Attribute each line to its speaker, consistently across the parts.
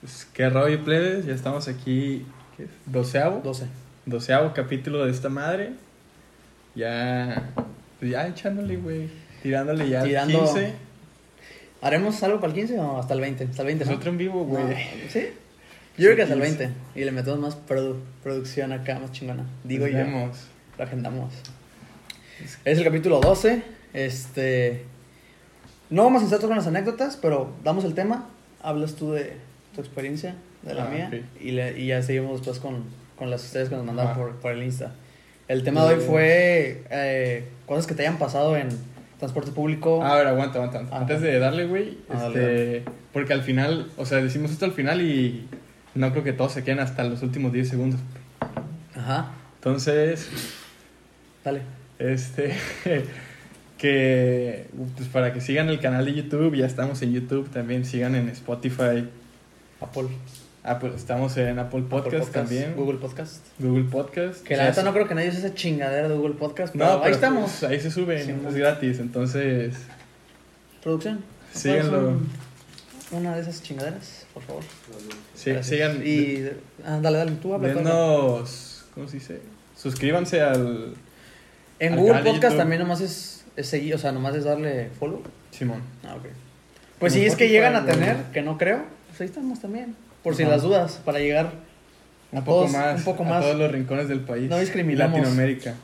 Speaker 1: Pues, qué rollo, plebes. Ya estamos aquí, ¿qué es? Doceavo.
Speaker 2: 12.
Speaker 1: Doceavo capítulo de esta madre. Ya. pues ya echándole, güey. Tirándole ya al
Speaker 2: Tirando-
Speaker 1: 15.
Speaker 2: ¿Haremos algo para el 15 o hasta el 20? Hasta el 20,
Speaker 1: Es
Speaker 2: ¿no?
Speaker 1: otro en vivo, güey.
Speaker 2: No, ¿Sí? Yo creo que hasta el
Speaker 1: 15.
Speaker 2: 20. Y le metemos más produ- producción acá, más chingona. Digo
Speaker 1: Nos
Speaker 2: yo.
Speaker 1: Pues vemos.
Speaker 2: Lo agendamos. Es el capítulo 12. Este. No vamos a estar con las anécdotas, pero damos el tema. Hablas tú de tu experiencia, de la
Speaker 1: Ah,
Speaker 2: mía.
Speaker 1: ok.
Speaker 2: Y, le- y ya seguimos después con, con las historias que nos mandaron
Speaker 1: Ajá.
Speaker 2: por, por el Insta. El tema de hoy
Speaker 1: Bien.
Speaker 2: fue eh, cosas que te hayan pasado en transporte público.
Speaker 1: Ah, A ver, aguanta, aguanta.
Speaker 2: Ajá.
Speaker 1: Antes de darle, güey,
Speaker 2: Ah, dale,
Speaker 1: este, porque al final, o sea, decimos esto al final y no creo que todos se queden hasta los últimos 10 segundos.
Speaker 2: Ajá.
Speaker 1: Entonces,
Speaker 2: Dale.
Speaker 1: Este, que pues para que sigan el canal de YouTube, ya estamos en YouTube, también sigan en Spotify, Apple,
Speaker 2: Apple.
Speaker 1: Ah, pues estamos en Apple Podcast,
Speaker 2: Apple Podcast,
Speaker 1: también, Google,
Speaker 2: Google Podcast.
Speaker 1: Podcast.
Speaker 2: Que
Speaker 1: O
Speaker 2: la
Speaker 1: sea,
Speaker 2: neta no creo que nadie use esa chingadera de Google Podcast.
Speaker 1: no,
Speaker 2: Pero ahí
Speaker 1: pero,
Speaker 2: estamos.
Speaker 1: pues, ahí se suben,
Speaker 2: Sí,
Speaker 1: es
Speaker 2: mon.
Speaker 1: gratis, entonces
Speaker 2: Producción.
Speaker 1: síganlo,
Speaker 2: Una de esas chingaderas, por favor.
Speaker 1: sí,
Speaker 2: Gracias.
Speaker 1: sigan,
Speaker 2: Y. ah, dale, dale, tú habla. tú habla.
Speaker 1: denos, ¿cómo se dice? Suscríbanse al
Speaker 2: En
Speaker 1: al
Speaker 2: Google
Speaker 1: canal de
Speaker 2: Podcast
Speaker 1: YouTube.
Speaker 2: también nomás es, es seguir, o sea, nomás es darle follow.
Speaker 1: Simón.
Speaker 2: Ah, ok. Pues
Speaker 1: En
Speaker 2: si es que
Speaker 1: Spotify,
Speaker 2: llegan a
Speaker 1: güey.
Speaker 2: tener, que no creo, pues ahí estamos también. Por si
Speaker 1: Ajá.
Speaker 2: las dudas, para llegar.
Speaker 1: Un
Speaker 2: A
Speaker 1: poco
Speaker 2: todos-
Speaker 1: más,
Speaker 2: un poco
Speaker 1: a
Speaker 2: más.
Speaker 1: todos los rincones del país.
Speaker 2: No
Speaker 1: y
Speaker 2: discriminamos.
Speaker 1: Latinoamérica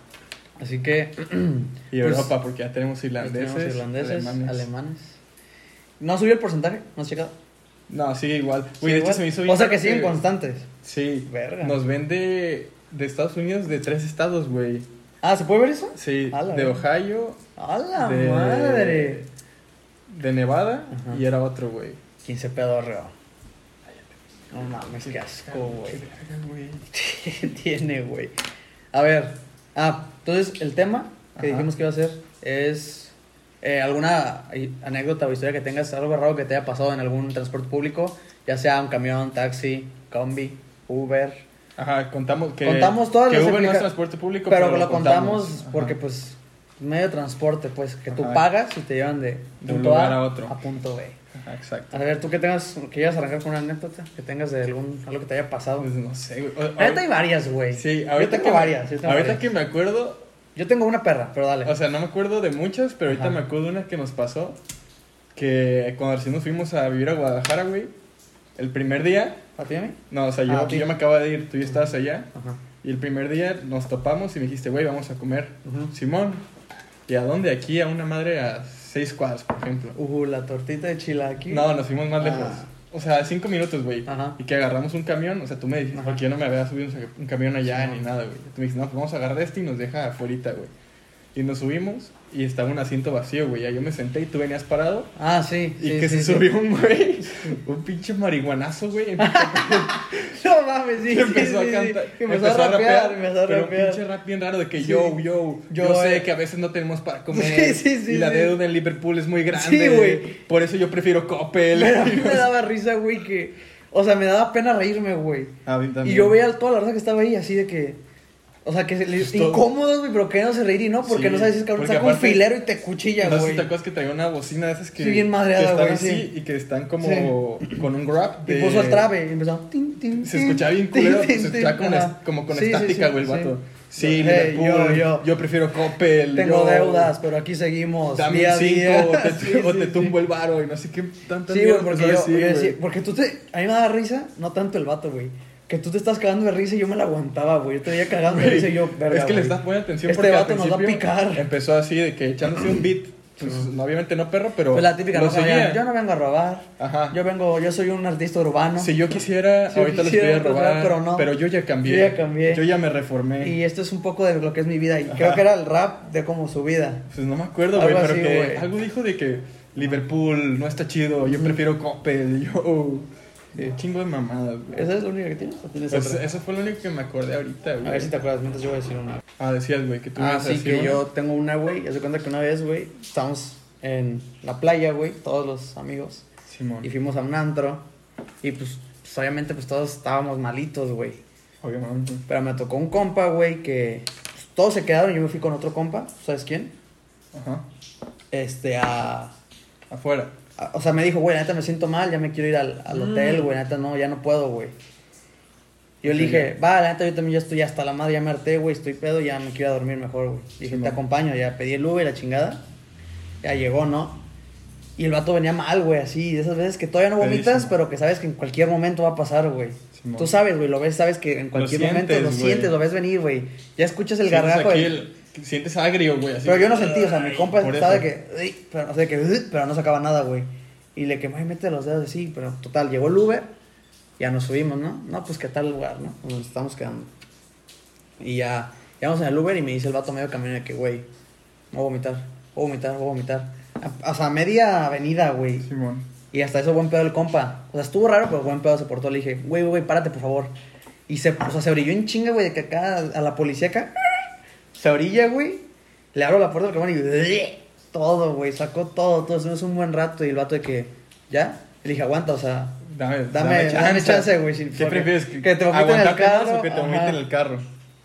Speaker 2: Así que.
Speaker 1: y
Speaker 2: Pues,
Speaker 1: Europa, porque ya tenemos irlandeses,
Speaker 2: tenemos irlandeses,
Speaker 1: alemanes.
Speaker 2: alemanes. ¿No subió el porcentaje? ¿No has checado?
Speaker 1: No, sigue igual. Güey, de hecho
Speaker 2: Igual.
Speaker 1: se me hizo
Speaker 2: O
Speaker 1: bien
Speaker 2: sea que
Speaker 1: raro
Speaker 2: siguen constantes.
Speaker 1: Sí.
Speaker 2: Verga.
Speaker 1: Nos vende de Estados Unidos de tres estados, güey.
Speaker 2: Ah, ¿se puede ver eso?
Speaker 1: Sí,
Speaker 2: A la
Speaker 1: de
Speaker 2: verga.
Speaker 1: Ohio,
Speaker 2: ¡A la
Speaker 1: De-
Speaker 2: madre!
Speaker 1: de Nevada
Speaker 2: Ajá.
Speaker 1: y era otro, güey.
Speaker 2: 15 pedorreo. No mames, qué asco, güey. ¿Qué tiene, güey? A ver. Ah, entonces el tema que
Speaker 1: Ajá.
Speaker 2: dijimos que iba a ser es eh, alguna i- anécdota o historia que tengas, algo raro que te haya pasado en algún transporte público, ya sea un camión, taxi, combi, Uber.
Speaker 1: Ajá, contamos que.
Speaker 2: Contamos todas
Speaker 1: que
Speaker 2: las
Speaker 1: Uber no
Speaker 2: aplica-
Speaker 1: es transporte público,
Speaker 2: Pero, lo contamos,
Speaker 1: Ajá.
Speaker 2: porque, pues, medio de transporte, pues, que tú
Speaker 1: Ajá.
Speaker 2: pagas y te llevan de
Speaker 1: De un
Speaker 2: punto
Speaker 1: lugar
Speaker 2: A
Speaker 1: a otro.
Speaker 2: a punto B.
Speaker 1: Ajá, exacto.
Speaker 2: A ver, tú que tengas, que ibas a arrancar con una anécdota, que tengas de algún, algo que te haya pasado.
Speaker 1: Pues no sé, güey. O-
Speaker 2: La neta hay
Speaker 1: ahorita-
Speaker 2: varias, güey.
Speaker 1: Sí,
Speaker 2: yo
Speaker 1: ahorita
Speaker 2: tengo
Speaker 1: que.
Speaker 2: varias. Yo tengo,
Speaker 1: ahorita
Speaker 2: varias.
Speaker 1: que me acuerdo,
Speaker 2: yo tengo una perra, pero dale.
Speaker 1: o sea, no me acuerdo de muchas, pero ahorita
Speaker 2: Ajá.
Speaker 1: me acuerdo de una que nos pasó. Que cuando recién nos fuimos a vivir a Guadalajara, güey. El primer día.
Speaker 2: ¿A ti y a mí?
Speaker 1: No, o sea, yo,
Speaker 2: Ah, sí.
Speaker 1: yo me acababa de ir, tú ya estabas allá.
Speaker 2: Ajá.
Speaker 1: Y el primer día nos topamos y me dijiste, güey, vamos a comer. Simón, ¿y a dónde? Aquí a una madre a seis cuadras, por ejemplo.
Speaker 2: Uh, la tortita de chilaquil.
Speaker 1: No, nos fuimos más
Speaker 2: Ah.
Speaker 1: lejos. O sea, cinco minutos, güey.
Speaker 2: Ajá.
Speaker 1: Y que agarramos un camión, o sea, tú me dijiste,
Speaker 2: Ajá.
Speaker 1: porque yo no me había subido un sa- un camión allá
Speaker 2: Simón.
Speaker 1: ni nada, güey. Tú me dijiste, no, pues vamos a agarrar este y nos deja afuera, güey. Y nos subimos y estaba un asiento vacío, güey. Ya yo me senté y tú venías parado.
Speaker 2: Ah, sí.
Speaker 1: Y
Speaker 2: sí,
Speaker 1: que
Speaker 2: sí,
Speaker 1: se
Speaker 2: sí.
Speaker 1: subió un güey, un pinche marihuanazo, güey. Empezó,
Speaker 2: No mames, sí. sí,
Speaker 1: empezó
Speaker 2: sí,
Speaker 1: a
Speaker 2: sí.
Speaker 1: cantar.
Speaker 2: Que Empezó, a rapear, empezó a
Speaker 1: pero
Speaker 2: rapear.
Speaker 1: un pinche rap bien raro de que
Speaker 2: Sí.
Speaker 1: yo, yo, yo,
Speaker 2: Yo,
Speaker 1: sé
Speaker 2: eh.
Speaker 1: que a veces no tenemos para comer.
Speaker 2: Sí, sí, sí,
Speaker 1: Y la
Speaker 2: sí.
Speaker 1: deuda en Liverpool es muy grande.
Speaker 2: Sí, güey.
Speaker 1: Por eso yo prefiero Coppel.
Speaker 2: Pero a mí me daba risa, güey, que... O sea, me daba pena reírme, güey.
Speaker 1: A mí también.
Speaker 2: Y yo veía toda la raza que estaba ahí así de que... O sea, que se, les-
Speaker 1: Pues todo-
Speaker 2: incómodos, güey, pero queriéndose reír y no, porque
Speaker 1: Sí,
Speaker 2: no sabes si es cabrón
Speaker 1: porque
Speaker 2: saca un
Speaker 1: aparte-
Speaker 2: filero y te cuchilla,
Speaker 1: No sé
Speaker 2: güey.
Speaker 1: si te acuerdas que traía una bocina de esas que,
Speaker 2: Sí, bien madreada,
Speaker 1: que están
Speaker 2: güey,
Speaker 1: así
Speaker 2: sí.
Speaker 1: y que están como con un grab de...
Speaker 2: Y puso el trave y empezó... tin, tin,
Speaker 1: Se
Speaker 2: tin,
Speaker 1: escuchaba bien
Speaker 2: tin,
Speaker 1: culero, pues,
Speaker 2: tin,
Speaker 1: se
Speaker 2: tin,
Speaker 1: escuchaba como,
Speaker 2: ajá.
Speaker 1: es- como con
Speaker 2: Sí, sí,
Speaker 1: estática,
Speaker 2: sí,
Speaker 1: güey, el
Speaker 2: sí.
Speaker 1: vato. Sí,
Speaker 2: Hey,
Speaker 1: Liverpool,
Speaker 2: yo,
Speaker 1: yo,
Speaker 2: yo.
Speaker 1: prefiero Coppel.
Speaker 2: Tengo
Speaker 1: yo-
Speaker 2: deudas, pero aquí seguimos.
Speaker 1: Dame
Speaker 2: día
Speaker 1: un
Speaker 2: a
Speaker 1: cinco,
Speaker 2: día.
Speaker 1: o te,
Speaker 2: Sí,
Speaker 1: o
Speaker 2: sí,
Speaker 1: te
Speaker 2: sí.
Speaker 1: tumbo el varo y no sé qué tanta
Speaker 2: Sí,
Speaker 1: mierda
Speaker 2: güey, porque
Speaker 1: empezó a
Speaker 2: yo,
Speaker 1: decir,
Speaker 2: yo decía-
Speaker 1: güey.
Speaker 2: porque tú te, a mí me daba risa, no tanto el vato, güey, que tú te estás cagando de risa y yo me la aguantaba, güey, yo te veía cagando de
Speaker 1: Güey,
Speaker 2: risa y yo, verga,
Speaker 1: es que le
Speaker 2: güey.
Speaker 1: estás poniendo atención
Speaker 2: Este
Speaker 1: porque al
Speaker 2: vato nos va a
Speaker 1: principio
Speaker 2: picar.
Speaker 1: Empezó así de que echándose un beat. Pues, no, obviamente no perro, pero.
Speaker 2: Pues la típica,
Speaker 1: lo
Speaker 2: no,
Speaker 1: seguía. Ah.
Speaker 2: yo no vengo a robar,
Speaker 1: Ajá.
Speaker 2: yo vengo, yo soy un artista urbano,
Speaker 1: Si yo quisiera,
Speaker 2: Si yo
Speaker 1: ahorita les
Speaker 2: quisiera,
Speaker 1: voy a
Speaker 2: pero
Speaker 1: robar. Pero,
Speaker 2: pero no.
Speaker 1: yo ya cambié.
Speaker 2: Yo ya cambié.
Speaker 1: Yo ya me reformé.
Speaker 2: y esto es un poco de lo que es mi vida, y creo que era el rap de como su vida.
Speaker 1: Pues no me acuerdo,
Speaker 2: Algo
Speaker 1: güey, pero
Speaker 2: así,
Speaker 1: que
Speaker 2: güey.
Speaker 1: algo dijo de que Liverpool no está chido, yo prefiero Coppel, yo. eh, chingo de mamadas, güey.
Speaker 2: ¿Esa es la única que tienes? ¿O tienes
Speaker 1: Pues,
Speaker 2: otra?
Speaker 1: eso fue lo único que me acordé ahorita, güey.
Speaker 2: A ver si te acuerdas, mientras yo voy a decir una.
Speaker 1: Ah, decías, güey, que tú ibas a
Speaker 2: Así
Speaker 1: decir
Speaker 2: que
Speaker 1: una.
Speaker 2: yo tengo una, güey. Ya se cuenta que una vez, güey, estábamos en la playa, güey, todos los amigos.
Speaker 1: Simón.
Speaker 2: Y fuimos a un antro. Y pues, pues, obviamente, pues todos estábamos malitos, güey.
Speaker 1: Obviamente.
Speaker 2: Pero me tocó un compa, güey, que pues, todos se quedaron y yo me fui con otro compa, ¿sabes quién?
Speaker 1: Ajá.
Speaker 2: Este, a.
Speaker 1: Afuera.
Speaker 2: a- o sea, me dijo, güey, la neta me siento mal, ya me quiero ir al, al
Speaker 1: Mm.
Speaker 2: hotel, güey, la neta no, ya no puedo, güey. Yo le
Speaker 1: Sí,
Speaker 2: dije, va, la neta yo también ya estoy hasta la madre, ya me harté, güey, estoy pedo, ya me quiero ir a dormir mejor, güey. Dije,
Speaker 1: Simón.
Speaker 2: te acompaño, ya pedí el Uber, la chingada. Ya llegó, ¿no? Y el vato venía mal, güey, así, de esas veces que todavía no vomitas,
Speaker 1: Pedísimo.
Speaker 2: pero que sabes que en cualquier momento va a pasar, güey.
Speaker 1: Simón.
Speaker 2: Tú sabes, güey, lo ves, sabes que en cualquier momento
Speaker 1: sientes,
Speaker 2: lo
Speaker 1: güey.
Speaker 2: sientes, lo ves venir, güey. Ya escuchas el
Speaker 1: Sientes
Speaker 2: gargajo.
Speaker 1: aquí
Speaker 2: de-
Speaker 1: el- Sientes agrio, güey. así
Speaker 2: pero yo no
Speaker 1: que-
Speaker 2: sentí, o sea, mi
Speaker 1: Ay,
Speaker 2: compa
Speaker 1: por
Speaker 2: estaba de
Speaker 1: eso.
Speaker 2: que, "Ey", pero, o sea, de que, "Ugh", pero no sacaba nada, güey. Y le quemé, mete los dedos así, pero total, llegó el Uber, ya nos subimos, ¿no? No, pues qué tal lugar, ¿no? Nos estamos quedando. Y ya, ya vamos en el Uber y me dice el vato medio camino de que, güey, voy a vomitar, voy a vomitar, voy a vomitar. A- O sea, media avenida, güey.
Speaker 1: Simón.
Speaker 2: Y hasta eso buen pedo el compa. O sea, estuvo raro, pero buen pedo se portó. Le dije, güey, güey, güey, párate, por favor. Y se, o sea, se orilló en chinga, güey, de que acá a la policía acá. Se orilla, güey. Le abro la puerta del cabrón y "Bleh". todo, güey. Sacó todo, todo. Estuvimos un buen rato y el vato de que, ¿ya? Le dije, aguanta, o sea,
Speaker 1: Dame,
Speaker 2: Dame- dame chance, güey, sí,
Speaker 1: ¿Qué
Speaker 2: porque-
Speaker 1: prefieres? ¿Que,
Speaker 2: que te vomiten en el
Speaker 1: aguantarte más
Speaker 2: carro?
Speaker 1: o que te
Speaker 2: Ajá.
Speaker 1: vomiten en el carro?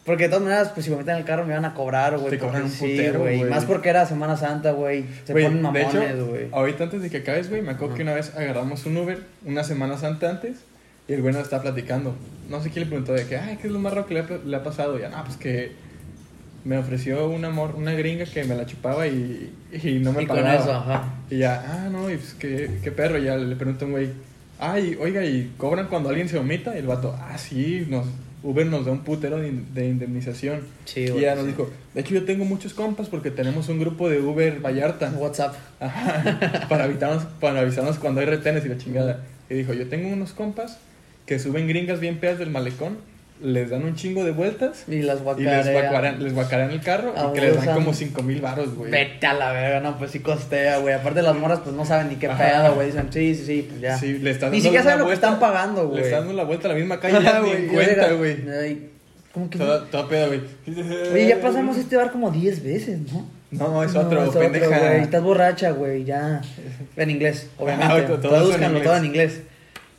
Speaker 2: porque de todas maneras, pues si me meten en el carro me van a cobrar, güey.
Speaker 1: Te
Speaker 2: porque
Speaker 1: cobran un
Speaker 2: sí,
Speaker 1: putero, güey.
Speaker 2: Más porque era Semana Santa, güey. Se
Speaker 1: Güey,
Speaker 2: ponen
Speaker 1: de hecho,
Speaker 2: mamones, güey.
Speaker 1: ahorita antes de que acabes, güey, me acuerdo que una vez agarramos un Uber, una semana santa antes, y el güey nos estaba platicando. No sé quién le preguntó de que, ay, ¿qué es lo más raro que le ha, le ha pasado? Y ya, no, pues que me ofreció un amor, una gringa que me la chupaba y, y no me
Speaker 2: Y con
Speaker 1: pagaba.
Speaker 2: eso, ajá.
Speaker 1: Y ya, ah, no, y pues qué, qué perro. Y ya le pregunto a un güey, ay, oiga, ¿y cobran cuando alguien se vomita? Y el vato, ah, sí, nos, Uber nos da un putero de, in- de indemnización.
Speaker 2: Sí,
Speaker 1: y
Speaker 2: güey,
Speaker 1: ya nos
Speaker 2: sí.
Speaker 1: dijo, de hecho yo tengo muchos compas porque tenemos un grupo de Uber Vallarta
Speaker 2: WhatsApp.
Speaker 1: Ajá, para, avisarnos, para avisarnos cuando hay retenes y la chingada. Y dijo, yo tengo unos compas que suben gringas bien peas del malecón, les dan un chingo de vueltas
Speaker 2: Y las
Speaker 1: y
Speaker 2: guacarean.
Speaker 1: les guacarean, les guacarean el carro
Speaker 2: Oh, Ah,
Speaker 1: y que les dan
Speaker 2: usan-
Speaker 1: como cinco mil baros, güey.
Speaker 2: Vete a la verga, no, pues sí costea, güey. Aparte las moras, pues no saben ni qué
Speaker 1: Ajá.
Speaker 2: pedo, güey. Dicen, sí, sí, sí, pues ya.
Speaker 1: Sí, le están
Speaker 2: ni
Speaker 1: dando
Speaker 2: siquiera
Speaker 1: una
Speaker 2: saben lo que
Speaker 1: vuelta-
Speaker 2: están pagando, güey.
Speaker 1: Le están dando la vuelta a la misma calle y ya ni
Speaker 2: Güey,
Speaker 1: en
Speaker 2: yo
Speaker 1: cuenta,
Speaker 2: era-
Speaker 1: güey.
Speaker 2: Ay, ¿Cómo que?
Speaker 1: Todo, todo pedo, güey.
Speaker 2: Oye, ya pasamos este bar como 10 veces, ¿no?
Speaker 1: No, es otro,
Speaker 2: es
Speaker 1: pendeja.
Speaker 2: güey. Estás borracha, güey, ya. En inglés,
Speaker 1: Ah,
Speaker 2: obviamente.
Speaker 1: todo- todo
Speaker 2: Tradúzcanlo
Speaker 1: en
Speaker 2: todo en inglés.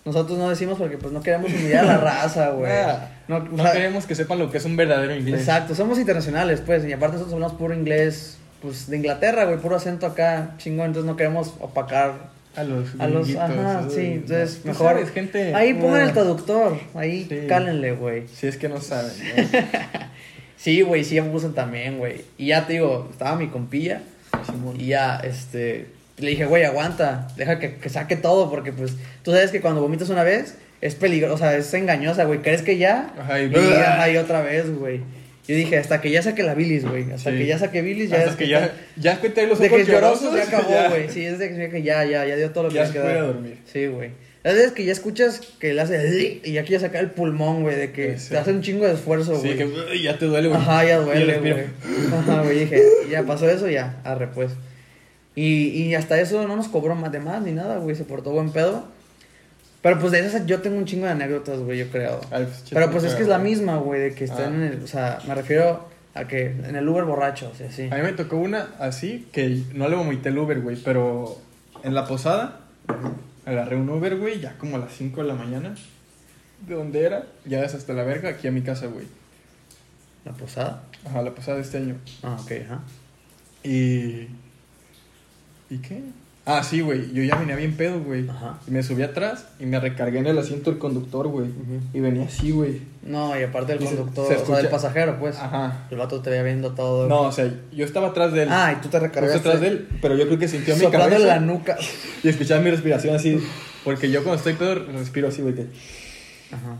Speaker 2: Nosotros no decimos porque pues no queremos humillar a la raza, güey.
Speaker 1: Ah,
Speaker 2: No,
Speaker 1: no,
Speaker 2: o sea,
Speaker 1: queremos que sepan lo que es un verdadero inglés.
Speaker 2: Exacto, somos internacionales, pues, y aparte nosotros hablamos puro inglés, pues, de Inglaterra, güey, puro acento acá, chingón, entonces no queremos opacar
Speaker 1: A los
Speaker 2: a los,
Speaker 1: gringuitos,
Speaker 2: ajá,
Speaker 1: ay,
Speaker 2: sí, entonces,
Speaker 1: tú
Speaker 2: mejor,
Speaker 1: sabes, gente.
Speaker 2: ahí pongan el
Speaker 1: Ah,
Speaker 2: traductor, ahí
Speaker 1: Sí.
Speaker 2: cálenle, güey.
Speaker 1: Si es que no saben. ¿no?
Speaker 2: Sí, güey, sí abusan también, güey, y ya te digo, estaba mi compilla,
Speaker 1: Simón.
Speaker 2: y ya, este, le dije, güey, aguanta, deja que, que saque todo, porque, pues, tú sabes que cuando vomitas una vez, es peligroso, o sea, es engañosa, güey, crees que ya,
Speaker 1: Ajá, y-
Speaker 2: y ajá, y otra vez, güey. Yo dije, hasta que ya saque la bilis, güey. Hasta
Speaker 1: Sí.
Speaker 2: que ya saque bilis, ya
Speaker 1: Hasta
Speaker 2: es
Speaker 1: Ah, que ya, ya que te los
Speaker 2: De que
Speaker 1: ojos
Speaker 2: lloroso
Speaker 1: llorosos.
Speaker 2: ya acabó, güey. Sí, es de que ya, ya, ya dio todo lo que
Speaker 1: Ya
Speaker 2: había
Speaker 1: se
Speaker 2: que
Speaker 1: puede
Speaker 2: dar.
Speaker 1: dormir.
Speaker 2: Sí, güey. Las veces que ya escuchas que le hace y aquí ya saca el pulmón, güey, de que
Speaker 1: Sí.
Speaker 2: te hace un chingo de esfuerzo,
Speaker 1: Sí,
Speaker 2: güey.
Speaker 1: que uy, ya te duele, güey.
Speaker 2: Ajá, ya
Speaker 1: Y el
Speaker 2: duele,
Speaker 1: respiro.
Speaker 2: güey. Ajá, güey, dije, ya pasó eso, ya, arre, pues. Y, y hasta eso no nos cobró más de más ni nada, güey, se portó buen pedo. Pero pues de esas yo tengo un chingo de anécdotas, güey, yo creo.
Speaker 1: Ay, pues, che,
Speaker 2: Pero pues es que es la
Speaker 1: güey.
Speaker 2: misma, güey, de que están
Speaker 1: Ah.
Speaker 2: en el, o sea, me refiero a que en el Uber borracho, o sea, sí.
Speaker 1: A mí me tocó una así que no le vomité el Uber, güey, pero en la posada agarré un Uber, güey, ya como a las 5 de la mañana. ¿De dónde era? Ya es hasta la verga, aquí a mi casa, güey.
Speaker 2: La posada.
Speaker 1: Ajá, la posada de este año.
Speaker 2: Ah, ok, ajá.
Speaker 1: Y. ¿Y qué? Ah, sí, güey, yo ya venía bien pedo, güey.
Speaker 2: Ajá.
Speaker 1: Y me subí atrás y me recargué en el asiento del conductor, güey.
Speaker 2: Ujú.
Speaker 1: Y venía así, güey.
Speaker 2: No, y aparte del
Speaker 1: Y se-
Speaker 2: conductor,
Speaker 1: se
Speaker 2: o sea, del
Speaker 1: escucha-
Speaker 2: pasajero, pues.
Speaker 1: Ajá.
Speaker 2: El vato te veía viendo todo.
Speaker 1: No, o sea, yo estaba atrás de él.
Speaker 2: Ah, y tú te
Speaker 1: Yo estaba
Speaker 2: recargaste.
Speaker 1: atrás de él, pero yo creo que sintió mi
Speaker 2: Soplando
Speaker 1: cabeza.
Speaker 2: en la nuca.
Speaker 1: Y escuchaba mi respiración así. Porque yo cuando estoy pedo respiro así, güey. que-
Speaker 2: Ajá.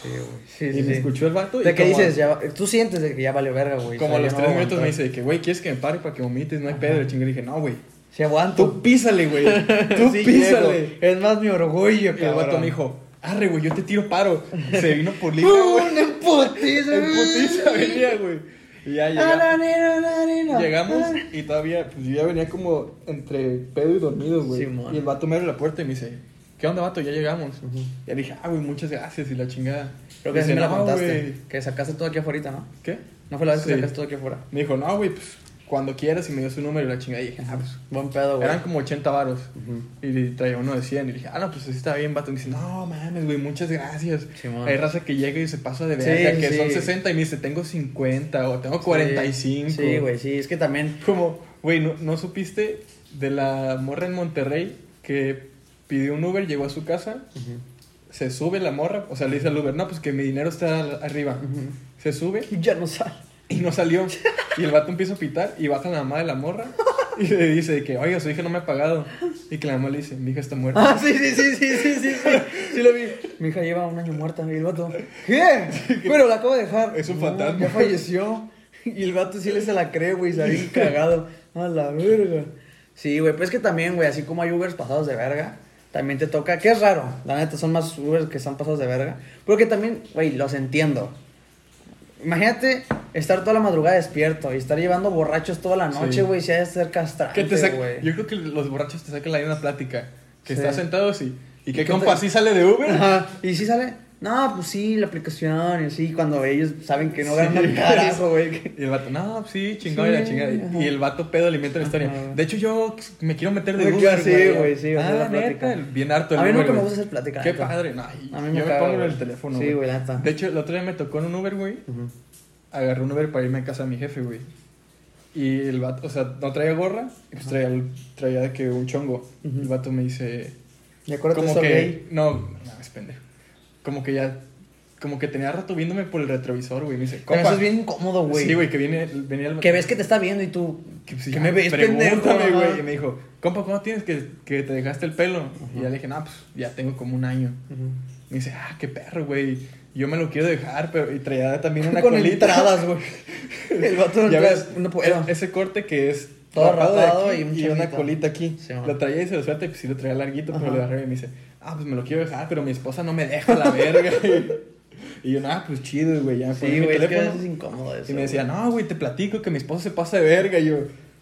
Speaker 2: Sí, güey. Sí,
Speaker 1: y
Speaker 2: sí.
Speaker 1: me
Speaker 2: sí.
Speaker 1: escuchó el vato.
Speaker 2: ¿De
Speaker 1: y
Speaker 2: qué
Speaker 1: como-
Speaker 2: dices? Ya, va- tú sientes de que ya valió verga, güey.
Speaker 1: Como
Speaker 2: o
Speaker 1: a
Speaker 2: sea,
Speaker 1: los
Speaker 2: ya no
Speaker 1: tres
Speaker 2: va a
Speaker 1: minutos me
Speaker 2: aguantar.
Speaker 1: dice, de que, güey, ¿quieres que me pare para que vomites? No hay pedo. Y chingue dije, no, güey.
Speaker 2: Sí, aguanto.
Speaker 1: Tú písale, güey. Tú
Speaker 2: Sí,
Speaker 1: písale.
Speaker 2: llego. Es más mi orgullo,
Speaker 1: Y el
Speaker 2: cabrón.
Speaker 1: vato me dijo, arre, güey, yo te tiro paro. Se vino por libre, güey.
Speaker 2: ¡Un emputiza!
Speaker 1: En putiza venía, güey. Y ya
Speaker 2: Ah,
Speaker 1: llegamos. Llegamos y todavía, pues yo ya venía como entre pedo y dormido, güey.
Speaker 2: Simón.
Speaker 1: y el vato me abre la puerta y me dice, ¿qué onda, vato? Ya llegamos. Ya dije, ah, güey, muchas gracias y la chingada.
Speaker 2: Creo que
Speaker 1: Dice,
Speaker 2: sí me la
Speaker 1: "No,
Speaker 2: contaste.
Speaker 1: güey".
Speaker 2: Que sacaste todo aquí afuera, ¿no?
Speaker 1: ¿Qué?
Speaker 2: No fue la vez que
Speaker 1: Sí.
Speaker 2: sacaste todo aquí afuera.
Speaker 1: Me dijo, no, güey, pues cuando quieras. Y me dio su número y la chingada. Y dije, ah, pues.
Speaker 2: Buen pedo, güey.
Speaker 1: Eran como 80 varos.
Speaker 2: Ujú.
Speaker 1: Y traía uno de 100. Y dije, ah, no, pues así está bien, vato. Y me dice, no mames, güey, muchas gracias.
Speaker 2: Simón.
Speaker 1: Hay raza que llega y se pasa de
Speaker 2: Sí,
Speaker 1: verga, que
Speaker 2: sí.
Speaker 1: son 60. Y me dice, tengo 50 o tengo 45.
Speaker 2: Sí, güey, sí, es que también.
Speaker 1: Como, güey, ¿no, no supiste de la morra en Monterrey que pidió un Uber, llegó a su casa, se sube la morra, o sea, le dice al Uber, no, pues que mi dinero está al- arriba. Se sube
Speaker 2: Ya no sale.
Speaker 1: y no salió. Y el vato empieza a pitar y baja la mamá de la morra y le dice de que, oiga, su hija no me ha pagado. Y que la mamá le dice, mi hija está muerta.
Speaker 2: Ah, sí, sí, sí, sí, sí, sí, sí, sí lo vi. Mi hija lleva un año muerta, y el vato. ¿Qué? Pero la acabo de dejar.
Speaker 1: Es un
Speaker 2: No,
Speaker 1: fantasma.
Speaker 2: Ya falleció. Y el vato sí le se la cree, güey, se había cagado. A la verga. Sí, güey, pues es que también, güey, así como hay Ubers pasados de verga, también te toca, que es raro, la neta, son más Ubers que están pasados de verga. Porque también, güey, los entiendo. Imagínate estar toda la madrugada despierto y estar llevando borrachos toda la
Speaker 1: Sí.
Speaker 2: noche, güey, si ha de ser castrante,
Speaker 1: Que te saca-
Speaker 2: Ah, güey.
Speaker 1: yo creo que los borrachos te sacan la misma plática. Que
Speaker 2: Sí.
Speaker 1: estás sentado así. Y que
Speaker 2: que
Speaker 1: compa
Speaker 2: te-
Speaker 1: sí sale de Uber.
Speaker 2: Ajá. Y si sale, no, pues sí, la aplicación, y así, cuando ellos saben que no ganan
Speaker 1: Sí.
Speaker 2: un carajo, güey. que-
Speaker 1: Y el vato, no, sí, chingón y
Speaker 2: Sí,
Speaker 1: la chingada. Y-
Speaker 2: ajá.
Speaker 1: Y el vato pedo alimenta la historia.
Speaker 2: Ajá.
Speaker 1: De hecho, yo me quiero meter de
Speaker 2: Me
Speaker 1: Uber.
Speaker 2: quedo así, güey, sí, o sea,
Speaker 1: Ah,
Speaker 2: la
Speaker 1: neta,
Speaker 2: plática.
Speaker 1: el- bien harto el
Speaker 2: A mí
Speaker 1: Uber,
Speaker 2: nunca me
Speaker 1: güey.
Speaker 2: gusta hacer plática.
Speaker 1: Qué
Speaker 2: neta.
Speaker 1: padre, no. y-
Speaker 2: A mí me
Speaker 1: yo me
Speaker 2: caga,
Speaker 1: pongo en
Speaker 2: güey.
Speaker 1: el teléfono,
Speaker 2: Sí, güey, la neta.
Speaker 1: De hecho, el otro día me tocó en un Uber, güey.
Speaker 2: Ujú.
Speaker 1: Agarré un Uber para irme a casa de mi jefe, güey. Y el vato, o sea, no traía gorra. Y pues traía, el- traía de que un chongo.
Speaker 2: Ujú.
Speaker 1: El vato me dice,
Speaker 2: Y acuérdate
Speaker 1: como
Speaker 2: eso,
Speaker 1: que
Speaker 2: güey.
Speaker 1: no, no es pendejo. Como que ya como que tenía rato viéndome por el retrovisor, güey, me dice,
Speaker 2: Pero
Speaker 1: "Compa".
Speaker 2: eso es bien incómodo, güey.
Speaker 1: Sí, güey, que viene venía el
Speaker 2: Que ves que te está viendo y tú.
Speaker 1: que,
Speaker 2: Que,
Speaker 1: pues, ya,
Speaker 2: me ves, pendejo.
Speaker 1: pregúntame,
Speaker 2: ajá.
Speaker 1: güey, y me dijo, "Compa, ¿cuándo tienes que, que te dejaste el pelo?" Y ya le dije, "No, pues ya tengo como un año."
Speaker 2: Ujú.
Speaker 1: Me dice, "Ah, qué perro, güey. Yo me lo quiero dejar, pero y traía también una
Speaker 2: Con
Speaker 1: colita."
Speaker 2: entradas, güey. El vato
Speaker 1: Ya ves,
Speaker 2: no puedo.
Speaker 1: e- ese corte que es
Speaker 2: Todo
Speaker 1: de
Speaker 2: rapado
Speaker 1: aquí
Speaker 2: y un
Speaker 1: una
Speaker 2: chonguito.
Speaker 1: colita aquí.
Speaker 2: Sí, man.
Speaker 1: lo traía y se lo suelta y pues sí lo traía larguito, pero
Speaker 2: Ajá.
Speaker 1: le agarré y me dice, ah, pues me lo quiero dejar, pero mi esposa no me deja la verga. y yo, ah, pues chido, güey, ya
Speaker 2: Sí,
Speaker 1: fue mi
Speaker 2: güey, es que a
Speaker 1: teléfono.
Speaker 2: veces es incómodo eso.
Speaker 1: y me
Speaker 2: güey.
Speaker 1: decía, no, güey, te platico que mi esposa se pasa de verga. Y yo,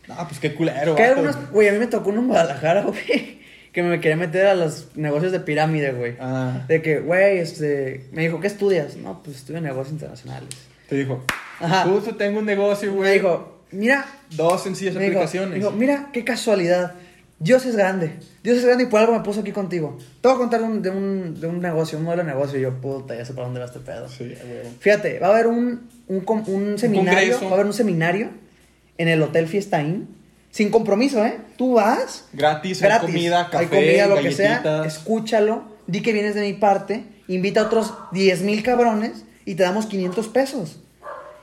Speaker 1: ah, pues qué culero.
Speaker 2: Que hay
Speaker 1: vato".
Speaker 2: algunos, güey, a mí me tocó uno en Guadalajara, güey, que me quería meter a los negocios de pirámide, güey.
Speaker 1: Ah,
Speaker 2: De que, güey, este, me dijo, ¿qué estudias? No, pues estudio negocios internacionales.
Speaker 1: te dijo,
Speaker 2: Ajá.
Speaker 1: justo tengo un negocio,
Speaker 2: Me
Speaker 1: güey.
Speaker 2: dijo, mira,
Speaker 1: dos sencillas
Speaker 2: me dijo, me
Speaker 1: aplicaciones.
Speaker 2: dijo, mira, qué casualidad. Dios es grande. Dios es grande y por algo me puso aquí contigo. Te voy a contar un- de, un, de un negocio, un modelo de negocio. Y yo, puta, ya sé para dónde va este pedo.
Speaker 1: sí, güey.
Speaker 2: Fíjate, va a haber un, un, com- un seminario,
Speaker 1: congreso.
Speaker 2: va a haber un seminario en el Hotel Fiesta Inn. Sin compromiso, ¿eh? Tú vas,
Speaker 1: Gratis, hay
Speaker 2: gratis.
Speaker 1: comida, café,
Speaker 2: hay comida, lo que sea.
Speaker 1: galletitas.
Speaker 2: Escúchalo. Di que vienes de mi parte. Invita a otros 10 mil cabrones y te damos 500 pesos.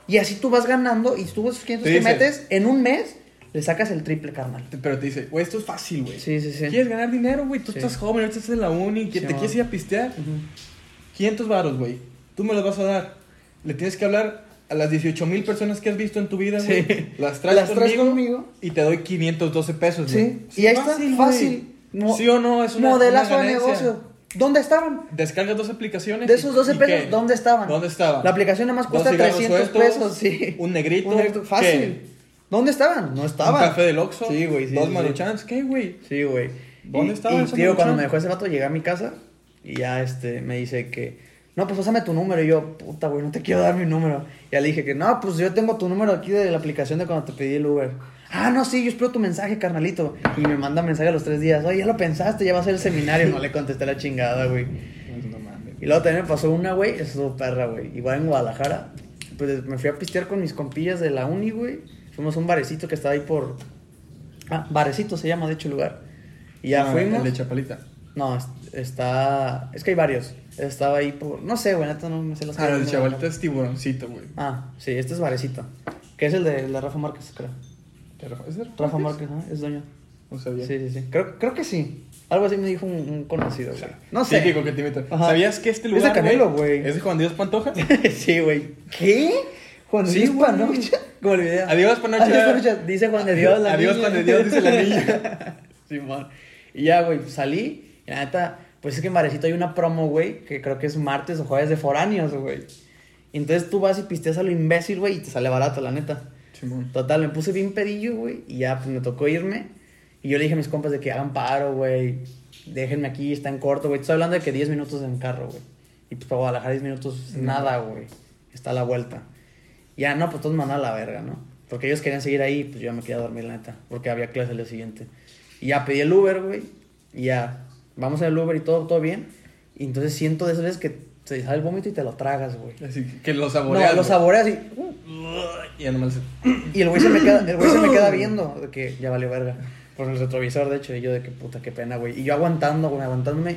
Speaker 2: Y así tú vas ganando y tú esos 500
Speaker 1: Te
Speaker 2: que
Speaker 1: dice.
Speaker 2: metes en un mes le sacas el triple, carnal.
Speaker 1: Te- Pero te dice, güey, esto es fácil, güey.
Speaker 2: Sí, sí, sí.
Speaker 1: ¿Quieres ganar dinero, güey? Tú
Speaker 2: Sí.
Speaker 1: estás joven, ahorita estás en la uni, que
Speaker 2: Sí,
Speaker 1: te
Speaker 2: va.
Speaker 1: quieres ir a pistear.
Speaker 2: Ujú.
Speaker 1: 500 varos, güey. Tú me los vas a dar. Le tienes que hablar a las 18 mil personas que has visto en tu vida,
Speaker 2: Sí.
Speaker 1: güey. Las traes
Speaker 2: Las traes
Speaker 1: conmigo,
Speaker 2: conmigo.
Speaker 1: y te doy 512 pesos, güey.
Speaker 2: Sí. Y ahí
Speaker 1: güey.
Speaker 2: está, fácil. Mo-
Speaker 1: Sí o no, es una
Speaker 2: Modelazo
Speaker 1: una
Speaker 2: de
Speaker 1: ganancia.
Speaker 2: negocio. ¿Dónde estaban?
Speaker 1: Descargas dos aplicaciones.
Speaker 2: De
Speaker 1: y-
Speaker 2: esos 12
Speaker 1: ¿y
Speaker 2: pesos,
Speaker 1: qué?
Speaker 2: ¿dónde estaban?
Speaker 1: ¿Dónde estaban?
Speaker 2: La aplicación nomás
Speaker 1: Ah. Dos
Speaker 2: cuesta
Speaker 1: cigarros
Speaker 2: 300
Speaker 1: sueltos,
Speaker 2: pesos, sí.
Speaker 1: un negrito, ¿qué?
Speaker 2: fácil. ¿Dónde estaban? No
Speaker 1: Un
Speaker 2: estaban.
Speaker 1: café del Oxxo.
Speaker 2: Sí, güey, sí,
Speaker 1: Dos
Speaker 2: sí, sí.
Speaker 1: maruchans. ¿Qué, güey?
Speaker 2: Sí, güey.
Speaker 1: ¿Dónde
Speaker 2: Y-
Speaker 1: estaba
Speaker 2: Y,
Speaker 1: esa
Speaker 2: tío, cuando
Speaker 1: muchacha?
Speaker 2: me dejó ese vato, llegué a mi casa y ya este, me dice que, no, pues pásame tu número. Y yo, puta, güey, no te quiero dar mi número. Ya le dije que, no, pues yo tengo tu número aquí de la aplicación de cuando te pedí el Uber. Ah, no, sí, yo espero tu mensaje, carnalito. Y me manda mensaje a los tres días. Oye, ya lo pensaste, ya va a ser el seminario. No le contesté la chingada, güey.
Speaker 1: No mames.
Speaker 2: Y luego también me pasó una, güey, es todo perra, güey. Igual en Guadalajara, pues me fui a pistear con mis compillas de la uni, güey. Fuimos a un barecito que estaba ahí por. Ah, barecito se llama, de hecho, el lugar. Y ya
Speaker 1: Ah,
Speaker 2: fuimos.
Speaker 1: El de Chapalita.
Speaker 2: No, es- está. Es que hay varios. Estaba ahí por. No sé, güey, neta, no me sé las
Speaker 1: Ah, el
Speaker 2: calles
Speaker 1: de
Speaker 2: de
Speaker 1: Chapalita es tiburoncito, güey.
Speaker 2: Guadalajara. Ah, sí, este es barecito. Que es el de, el de Rafa Márquez, creo.
Speaker 1: ¿Es de
Speaker 2: Rafa Márquez, ¿no? Es dueño.
Speaker 1: No sabía.
Speaker 2: Sí, sí, sí. Creo, creo que sí. Algo así me dijo un, un conocido, güey. No
Speaker 1: Sí,
Speaker 2: sé.
Speaker 1: que coqueteamiento.
Speaker 2: Ajá.
Speaker 1: ¿Sabías que este
Speaker 2: Es
Speaker 1: lugar.
Speaker 2: de Canelo, güey.
Speaker 1: Es de Juan Dios Pantoja.
Speaker 2: sí, güey. ¿Qué? Juan
Speaker 1: Sí,
Speaker 2: Dios
Speaker 1: güey.
Speaker 2: Panocha. Como el video.
Speaker 1: Adiós, Panocha.
Speaker 2: Adiós, Panocha. Dice Juan de Dios la
Speaker 1: Adiós,
Speaker 2: niña.
Speaker 1: Juan de Dios, dice la niña.
Speaker 2: Simón. Y ya, güey, salí. Y la neta, pues es que en Varecito hay una promo, güey, que creo que es martes o jueves de foráneos, güey. Y entonces tú vas y pisteas a lo imbécil, güey, y te sale barato, la neta.
Speaker 1: Simón.
Speaker 2: Total, me puse bien pedillo, güey, y ya pues me tocó irme. Y yo le dije a mis compas de que hagan paro, güey. Déjenme aquí, está en corto, güey. Estoy hablando de que 10 minutos en carro, güey. Y pues para Guadalajara 10 minutos es nada, güey. Está a la vuelta. Ya, no, pues todos me mandaron a la verga, ¿no? Porque ellos querían seguir ahí, pues yo ya me quería dormir, la neta. Porque había clase el día siguiente. Y ya pedí el Uber, güey. Y ya, vamos al Uber y todo, todo bien. Y entonces siento de esas veces que se sale el vómito y te lo tragas, güey.
Speaker 1: Así que- que lo
Speaker 2: No,
Speaker 1: saboreas.
Speaker 2: lo
Speaker 1: güey.
Speaker 2: saboreas y...
Speaker 1: Y ya nomás.
Speaker 2: Y el güey se me queda, el güey se me queda viendo de que ya valió verga. por el retrovisor, de hecho, y yo de que puta, qué pena, güey. Y yo aguantando, güey, aguantándome.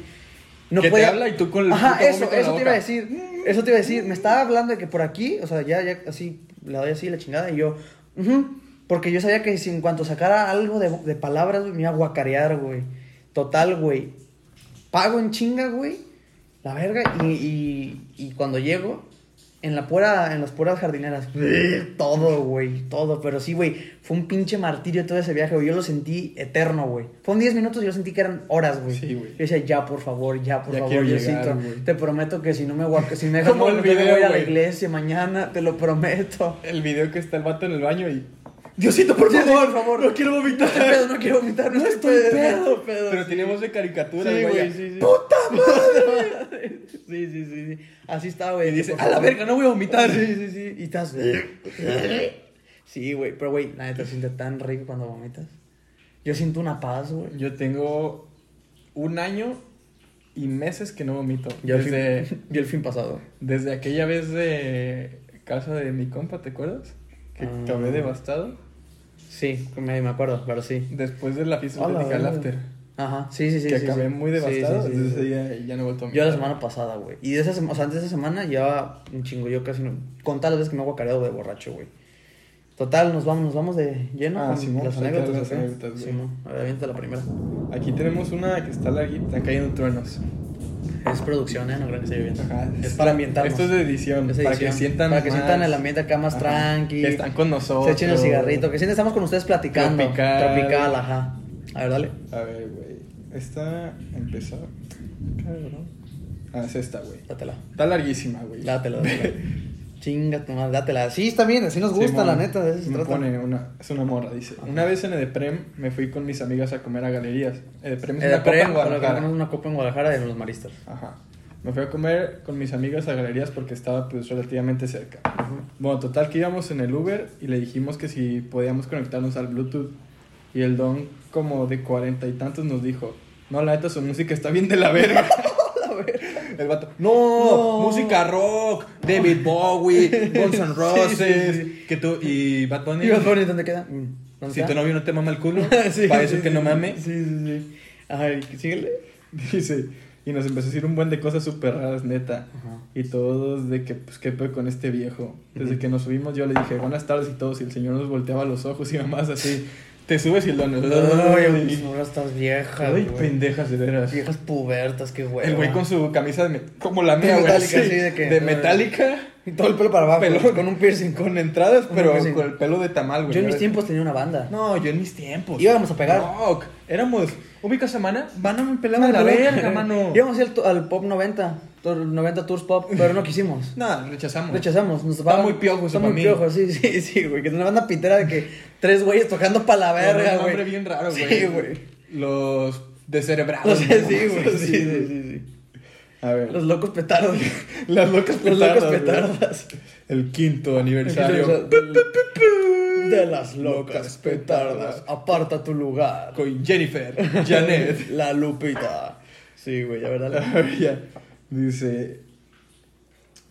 Speaker 2: No
Speaker 1: que
Speaker 2: podía-
Speaker 1: te habla y tú con el
Speaker 2: Ajá,
Speaker 1: puto
Speaker 2: eso,
Speaker 1: vómito en la
Speaker 2: eso te
Speaker 1: boca.
Speaker 2: iba a decir. Eso te iba a decir. Me estaba hablando de que por aquí, o sea, ya, ya así, la doy así, la chingada, y yo, ujú, porque yo sabía que si en cuanto sacara algo de, de palabras, güey, me iba a guacarear, güey. Total, güey. Pago en chinga, güey. La verga. Y, y, y cuando llego, en la pura, en las puras jardineras. Todo, güey. Todo. Pero sí, güey. Fue un pinche martirio todo ese viaje, güey. Yo lo sentí eterno, güey. Fueron 10 minutos y yo sentí que eran horas, güey.
Speaker 1: Sí, güey.
Speaker 2: Yo decía, ya, por favor, ya, por
Speaker 1: Ya
Speaker 2: favor,
Speaker 1: quiero
Speaker 2: Diosito.
Speaker 1: llegar, güey.
Speaker 2: te prometo que si no me guaca, si me dejas
Speaker 1: Como el
Speaker 2: morir, me
Speaker 1: video,
Speaker 2: voy a la
Speaker 1: güey.
Speaker 2: iglesia mañana, te lo prometo.
Speaker 1: El video que está el vato en el baño y.
Speaker 2: Diosito, por
Speaker 1: Diosito,
Speaker 2: favor,
Speaker 1: por favor.
Speaker 2: No quiero vomitar. No estoy pedo, no quiero vomitar. No, estoy pedo, pedo.
Speaker 1: Pero
Speaker 2: sí.
Speaker 1: tiene voz de caricatura,
Speaker 2: Sí,
Speaker 1: el
Speaker 2: güey,
Speaker 1: ya.
Speaker 2: sí, sí. ¡Puta madre! sí, sí, sí, sí. Así está, güey.
Speaker 1: Y dice,
Speaker 2: Por
Speaker 1: "A la
Speaker 2: favor".
Speaker 1: verga, no voy a vomitar.
Speaker 2: Sí, sí, sí. Y estás. sí, güey. Pero, güey, la neta se siente tan rico cuando vomitas. Yo siento una paz, güey.
Speaker 1: Yo tengo un año y meses que no vomito.
Speaker 2: Yo el
Speaker 1: desde,
Speaker 2: fin- yo el fin pasado.
Speaker 1: desde aquella vez de casa de mi compa, ¿te acuerdas? Que
Speaker 2: Ah.
Speaker 1: acabé devastado.
Speaker 2: Sí, me, me acuerdo, pero sí.
Speaker 1: Después de la fiesta
Speaker 2: A la
Speaker 1: atlética del
Speaker 2: verga.
Speaker 1: after.
Speaker 2: Ajá, sí, sí, sí.
Speaker 1: que
Speaker 2: sí,
Speaker 1: acabé
Speaker 2: sí.
Speaker 1: muy
Speaker 2: Sí, sí,
Speaker 1: devastado.
Speaker 2: sí, sí,
Speaker 1: desde
Speaker 2: sí.
Speaker 1: ese día ya no he vuelto a
Speaker 2: Yo
Speaker 1: vomitar.
Speaker 2: la semana pasada, güey. Y de esa sema- o sea, antes de esa semana ya un chingo, yo casi no. Contar las veces que me he guacareado de borracho, güey. Total, nos vamos, nos vamos de lleno.
Speaker 1: Ah,
Speaker 2: con
Speaker 1: Simón,
Speaker 2: las
Speaker 1: hay que dar
Speaker 2: anécdotas.
Speaker 1: las
Speaker 2: ¿o qué?
Speaker 1: anécdotas, güey.
Speaker 2: Simón, a ver, aviéntate la primera.
Speaker 1: Aquí tenemos una que está larguita, están cayendo truenos.
Speaker 2: Es producción, ¿eh? No creo que esté lloviendo.
Speaker 1: Ajá,
Speaker 2: Es para ambientarnos.
Speaker 1: Esto es de edición,
Speaker 2: Es
Speaker 1: para que
Speaker 2: edición.
Speaker 1: sientan
Speaker 2: Para que
Speaker 1: más-
Speaker 2: sientan el ambiente acá más
Speaker 1: Ajá,
Speaker 2: tranqui.
Speaker 1: Que están con nosotros.
Speaker 2: Se echen el cigarrito. Que siempre estamos con ustedes platicando.
Speaker 1: Tropical.
Speaker 2: Tropical, ajá. A ver, dale.
Speaker 1: A ver, güey. Esta empezó. Cabrón. Ah, es esta, güey.
Speaker 2: Dátela.
Speaker 1: Está larguísima, güey.
Speaker 2: Dátela, dátela. Chinga tu madre, dátela. Así está bien, así nos gusta,
Speaker 1: Simón,
Speaker 2: la neta. De eso se
Speaker 1: me
Speaker 2: trata. Eh,
Speaker 1: pone una, es una morra, dice.
Speaker 2: Ajá.
Speaker 1: Una vez en E Edeprem me fui con mis amigas a comer a galerías. E Edeprem es
Speaker 2: Eh,
Speaker 1: una copa en
Speaker 2: Prem, con lo que
Speaker 1: Guadalajara.
Speaker 2: compramos una copa en Guadalajara de los maristas.
Speaker 1: Ajá. Me fui a comer con mis amigas a galerías porque estaba pues relativamente cerca. Bueno, total que íbamos en el Uber y le dijimos que si podíamos conectarnos al Bluetooth. Y el don como de cuarenta y tantos nos dijo, no, la neta su música está bien de la verga. El vato, no,
Speaker 2: No.
Speaker 1: música rock, David Bowie, Guns
Speaker 2: Sí,
Speaker 1: N' Roses,
Speaker 2: sí,
Speaker 1: que tú, y Bad Bunny,
Speaker 2: ¿Y Bad Bunny dónde queda? Mm, ¿Dónde
Speaker 1: si
Speaker 2: está?
Speaker 1: tu novio no te mama el culo,
Speaker 2: Sí,
Speaker 1: para eso
Speaker 2: sí,
Speaker 1: que no
Speaker 2: sí,
Speaker 1: mame,
Speaker 2: Sí, sí, sí. Ay, síguele.
Speaker 1: dice, y nos empezó a decir un buen de cosas súper raras, neta. Y todos de que, pues, ¿qué pedo con este viejo? Desde
Speaker 2: Ujú.
Speaker 1: que nos subimos yo le dije, buenas tardes y todos, y el señor nos volteaba los ojos y mamás así, te subes y el don...
Speaker 2: Ay,
Speaker 1: Ay,
Speaker 2: mis morras estás viejas,
Speaker 1: ay,
Speaker 2: güey.
Speaker 1: pendejas de veras.
Speaker 2: Viejas pubertas, qué güey.
Speaker 1: El güey con su camisa de... me- Como la mía,
Speaker 2: De
Speaker 1: güey.
Speaker 2: Metallica,
Speaker 1: así,
Speaker 2: sí, de
Speaker 1: de
Speaker 2: que-
Speaker 1: metálica.
Speaker 2: Y todo el pelo para abajo.
Speaker 1: Pelón.
Speaker 2: Con un piercing.
Speaker 1: Con entradas,
Speaker 2: Con
Speaker 1: pero
Speaker 2: un piercing.
Speaker 1: con el pelo de tamal, güey.
Speaker 2: Yo en mis
Speaker 1: ¿no?
Speaker 2: tiempos tenía una banda.
Speaker 1: No, yo en mis tiempos.
Speaker 2: Íbamos a pegar.
Speaker 1: No, éramos... Ubica semana, mano me pelaba de la
Speaker 2: Íbamos a-
Speaker 1: verga, mano.
Speaker 2: Íbamos a ir al tu- al Pop 90. to- 90 Tours Pop, pero no quisimos.
Speaker 1: Nada, rechazamos.
Speaker 2: Rechazamos, nos
Speaker 1: Está
Speaker 2: toparon-
Speaker 1: muy piojo eso
Speaker 2: Está
Speaker 1: para mí.
Speaker 2: muy piojo, sí, sí, sí, güey. Que es una banda pitera de que tres güeyes tocando pa' la
Speaker 1: Con
Speaker 2: verga,
Speaker 1: un nombre
Speaker 2: güey.
Speaker 1: bien raro, güey. Ah,
Speaker 2: Sí, güey.
Speaker 1: Los descerebrados.
Speaker 2: O sea, sí,
Speaker 1: ¿no?
Speaker 2: güey. Sí, sí, sí,
Speaker 1: A
Speaker 2: sí.
Speaker 1: ver.
Speaker 2: Los locos petardos.
Speaker 1: Las locas
Speaker 2: Los
Speaker 1: petardas.
Speaker 2: locos
Speaker 1: güey.
Speaker 2: petardas.
Speaker 1: El quinto aniversario.
Speaker 2: De las locas petardas. Aparta tu lugar.
Speaker 1: Con Jennifer, Janet.
Speaker 2: La Lupita. Sí, güey, la verdad.
Speaker 1: A ver, ya. Dice.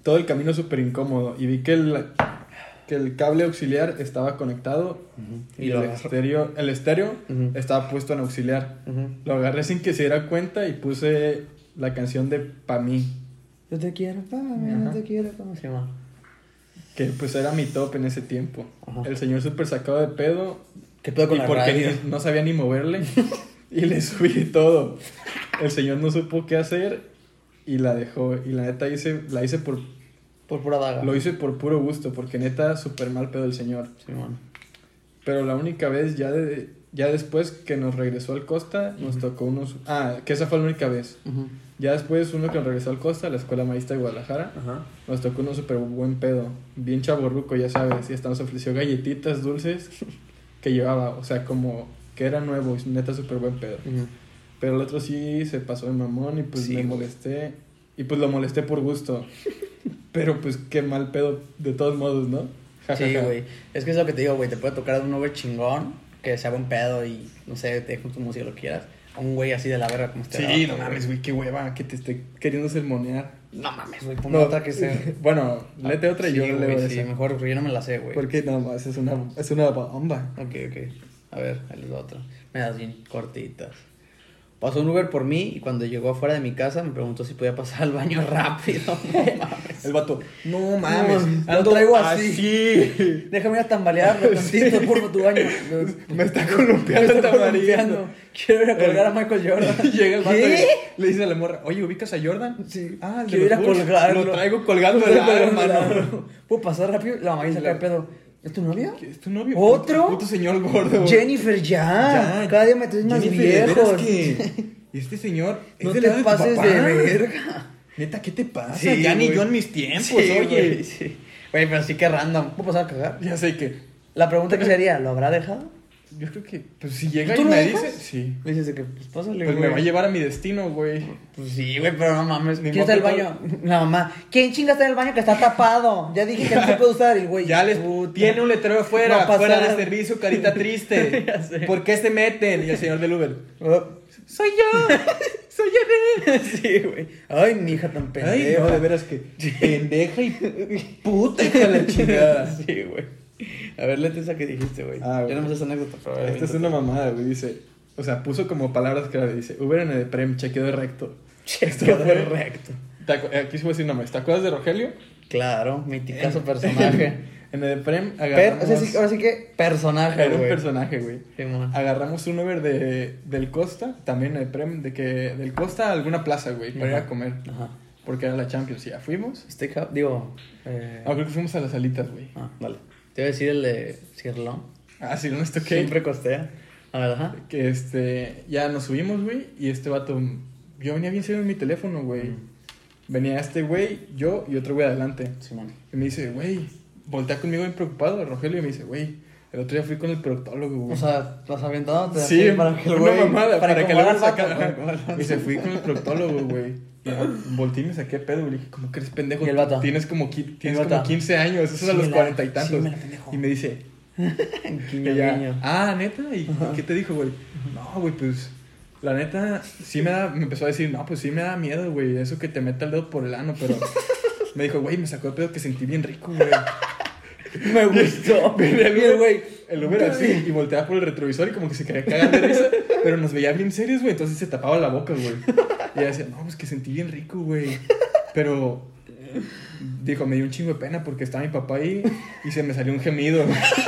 Speaker 1: Todo el camino súper incómodo. Y vi que el, que el cable auxiliar estaba conectado.
Speaker 2: Y
Speaker 1: Y,
Speaker 2: lo
Speaker 1: el
Speaker 2: agarró.
Speaker 1: estéreo, el estéreo
Speaker 2: Ujú.
Speaker 1: estaba puesto en auxiliar.
Speaker 2: Ujú.
Speaker 1: Lo agarré sin que se diera cuenta y puse la canción de Pa' mí.
Speaker 2: Yo te quiero, págame, no
Speaker 1: Ajá.
Speaker 2: te quiero, ¿cómo se llama?
Speaker 1: Que pues era mi top en ese tiempo.
Speaker 2: Ajá.
Speaker 1: El señor súper sacado de pedo.
Speaker 2: ¿Qué pedo con
Speaker 1: y
Speaker 2: la
Speaker 1: porque
Speaker 2: radio?
Speaker 1: ni- no sabía ni moverle. y le subí todo. El señor no supo qué hacer y la dejó. Y la neta hice, la hice por.
Speaker 2: Por pura daga.
Speaker 1: Lo hice por puro gusto, porque neta, súper mal pedo el señor.
Speaker 2: Simón.
Speaker 1: Pero la única vez, ya, de- ya después que nos regresó al Costa, nos tocó unos. Ah, que esa fue la única vez.
Speaker 2: Ujú.
Speaker 1: Ya después, uno que nos regresó al Costa, a la Escuela Marista de Guadalajara,
Speaker 2: Ajá.
Speaker 1: Nos tocó uno súper buen pedo, bien chaborruco, ya sabes, y hasta nos ofreció galletitas dulces que llevaba, o sea, como que era nuevo y neta súper buen pedo.
Speaker 2: Ujú.
Speaker 1: Pero el otro sí se pasó de mamón y pues
Speaker 2: Sí,
Speaker 1: me
Speaker 2: güey.
Speaker 1: molesté, y pues lo molesté por gusto. Pero pues qué mal pedo, de todos modos, ¿no? Ja, ja,
Speaker 2: Sí,
Speaker 1: ja.
Speaker 2: güey. Es que es lo que te digo, güey. Te puede tocar un Uber chingón, que sea buen pedo y no sé, te dejo tu música lo que quieras. A un güey así de la verga como este.
Speaker 1: Sí,
Speaker 2: vato,
Speaker 1: no mames, güey, qué hueva que te esté queriendo sermonear.
Speaker 2: No mames, güey. Ponme
Speaker 1: No,
Speaker 2: otra que sea.
Speaker 1: Bueno, léete otra y
Speaker 2: Sí,
Speaker 1: yo leo
Speaker 2: güey, Sí,
Speaker 1: esa.
Speaker 2: mejor, porque yo no me la sé, güey.
Speaker 1: Porque nada más es una, es una bomba.
Speaker 2: Ok, ok. A A ver, ahí les va otra. Me das bien cortitas. Pasó un Uber por mí y cuando llegó afuera de mi casa me preguntó si podía pasar al baño rápido. No mames.
Speaker 1: El vato, no mames,
Speaker 2: No,
Speaker 1: ando
Speaker 2: lo traigo así.
Speaker 1: así.
Speaker 2: Déjame ir a tambalear tantito, porfa, tu baño.
Speaker 1: Me está
Speaker 2: Me
Speaker 1: columpiando
Speaker 2: estoy
Speaker 1: el
Speaker 2: columpiando. Quiero ir a colgar a Michael Jordan.
Speaker 1: Llega el vato
Speaker 2: ¿Qué?
Speaker 1: y le dice a la morra, oye, ¿ubicas a Jordan?
Speaker 2: Sí.
Speaker 1: Ah, el de
Speaker 2: Quiero ir a
Speaker 1: los Bulls.
Speaker 2: colgarlo.
Speaker 1: Lo traigo colgando
Speaker 2: Lo
Speaker 1: del
Speaker 2: traigo
Speaker 1: árbol,
Speaker 2: colgando del
Speaker 1: mano.
Speaker 2: árbol. ¿Puedo pasar rápido? La mamá dice
Speaker 1: La-
Speaker 2: acá de pedo. ¿Es tu novia?
Speaker 1: ¿Es tu novio?
Speaker 2: ¿Otro?
Speaker 1: Puto señor gordo.
Speaker 2: Jennifer, ya. Cada día me traes más viejos.
Speaker 1: este señor es
Speaker 2: No
Speaker 1: de la
Speaker 2: te
Speaker 1: edad de tu
Speaker 2: pases
Speaker 1: papá.
Speaker 2: de verga.
Speaker 1: Neta, ¿qué te pasa?
Speaker 2: Sí,
Speaker 1: ya ni
Speaker 2: güey.
Speaker 1: yo en mis tiempos,
Speaker 2: Sí,
Speaker 1: oye.
Speaker 2: Güey, sí. Güey, pero sí que random. ¿Puedo pasar a cagar?
Speaker 1: Ya sé que.
Speaker 2: La pregunta que sería, ¿lo habrá dejado?
Speaker 1: Yo creo que. Pues si llega
Speaker 2: ¿Tú
Speaker 1: y
Speaker 2: lo
Speaker 1: me
Speaker 2: dejas?
Speaker 1: dice. Sí.
Speaker 2: Le dices de que, pues pásale,
Speaker 1: Pues me
Speaker 2: güey.
Speaker 1: va a llevar a mi destino, güey.
Speaker 2: Pues sí, güey, pero no mames.
Speaker 1: Ni
Speaker 2: ¿Quién está en el
Speaker 1: modo que
Speaker 2: baño? La mamá. ¿Quién chinga está en el baño que está tapado? Ya dije que no se puede usar el güey.
Speaker 1: Ya les
Speaker 2: Puta.
Speaker 1: tiene un letrero
Speaker 2: Va
Speaker 1: afuera,
Speaker 2: a pasar.
Speaker 1: fuera de este servicio, carita triste.
Speaker 2: Ya sé.
Speaker 1: ¿Por qué se meten? Y el señor del Uber.
Speaker 2: Oh.
Speaker 1: Soy yo. Soy Ever.
Speaker 2: sí, güey. Ay, mi hija tan
Speaker 1: Ay, no,
Speaker 2: pendeja.
Speaker 1: de veras que pendeja y puta hija de la chingada.
Speaker 2: sí, güey. A ver, léete esa que dijiste, güey.
Speaker 1: Ah, güey.
Speaker 2: Ya no me sé esa anécdota, pero a ver,
Speaker 1: Esta es
Speaker 2: aviéntate.
Speaker 1: una mamada, güey. Dice, o sea, puso como palabras clave. Dice, Uber en el prem, chequeo de recto.
Speaker 2: Chequeo de recto.
Speaker 1: ¿Te acu- eh, Aquí se puede decir nombres. ¿Te acuerdas de Rogelio?
Speaker 2: Claro, miticazo personaje.
Speaker 1: En el prem
Speaker 2: Eh, Per- o
Speaker 1: agarramos...
Speaker 2: sea, sí, ahora sí que personaje,
Speaker 1: Era un
Speaker 2: güey.
Speaker 1: personaje, Ah. güey.
Speaker 2: Simón.
Speaker 1: Agarramos un Uber de, del Costa, también en el prem, de que del Costa a alguna plaza, güey, para ir a comer.
Speaker 2: Ajá.
Speaker 1: Porque era la Champions y ya fuimos.
Speaker 2: Steakhouse, digo. Eh...
Speaker 1: Ah, creo que fuimos a las alitas, güey.
Speaker 2: Ah, vale. Te iba a decir el de Cirlón.
Speaker 1: Ah, sí, no esto que...
Speaker 2: Siempre costea. A ver, ajá.
Speaker 1: Que este, ya nos subimos, güey, y este vato, yo venía bien serio en mi teléfono, güey.
Speaker 2: Mm.
Speaker 1: Venía este güey, yo y otro güey adelante.
Speaker 2: Simón.
Speaker 1: Y me dice, güey, voltea conmigo bien preocupado, Rogelio, y me dice, güey, el otro día fui con el proctólogo, güey.
Speaker 2: O sea, las aventado te
Speaker 1: sí,
Speaker 2: así para que el
Speaker 1: una
Speaker 2: güey.
Speaker 1: mamada, para, que
Speaker 2: acomodar
Speaker 1: luego
Speaker 2: al vato, para acomodar al
Speaker 1: sacara.
Speaker 2: vato.
Speaker 1: Y se fui con el proctólogo, güey. Y ya, Volteé y me saqué pedo, güey. Le dije, ¿cómo que eres pendejo?
Speaker 2: Y el vato.
Speaker 1: Tienes como, qui- tienes como
Speaker 2: vato.
Speaker 1: 15 años, eso es a
Speaker 2: Sí,
Speaker 1: los
Speaker 2: la-
Speaker 1: cuarenta y
Speaker 2: sí,
Speaker 1: tantos.
Speaker 2: me la pendejo.
Speaker 1: y me dice,
Speaker 2: Guiño,
Speaker 1: que ya,
Speaker 2: guiño.
Speaker 1: ah, neta, ¿y qué te dijo, güey? No, güey, pues la neta sí me da, me empezó a decir, no, pues sí me da miedo, güey, eso que te meta el dedo por el ano, pero me dijo, güey, me sacó el pedo que sentí bien rico, güey.
Speaker 2: Me gustó.
Speaker 1: Venía
Speaker 2: Bien, güey.
Speaker 1: El Uber así y volteaba por el retrovisor y como que se quería cagar de risa, pero nos veía bien serios, güey, entonces se tapaba la boca, güey. Y ella decía, no, pues que sentí bien rico, güey. Pero dijo, me dio un chingo de pena porque estaba mi papá ahí y se me salió un gemido.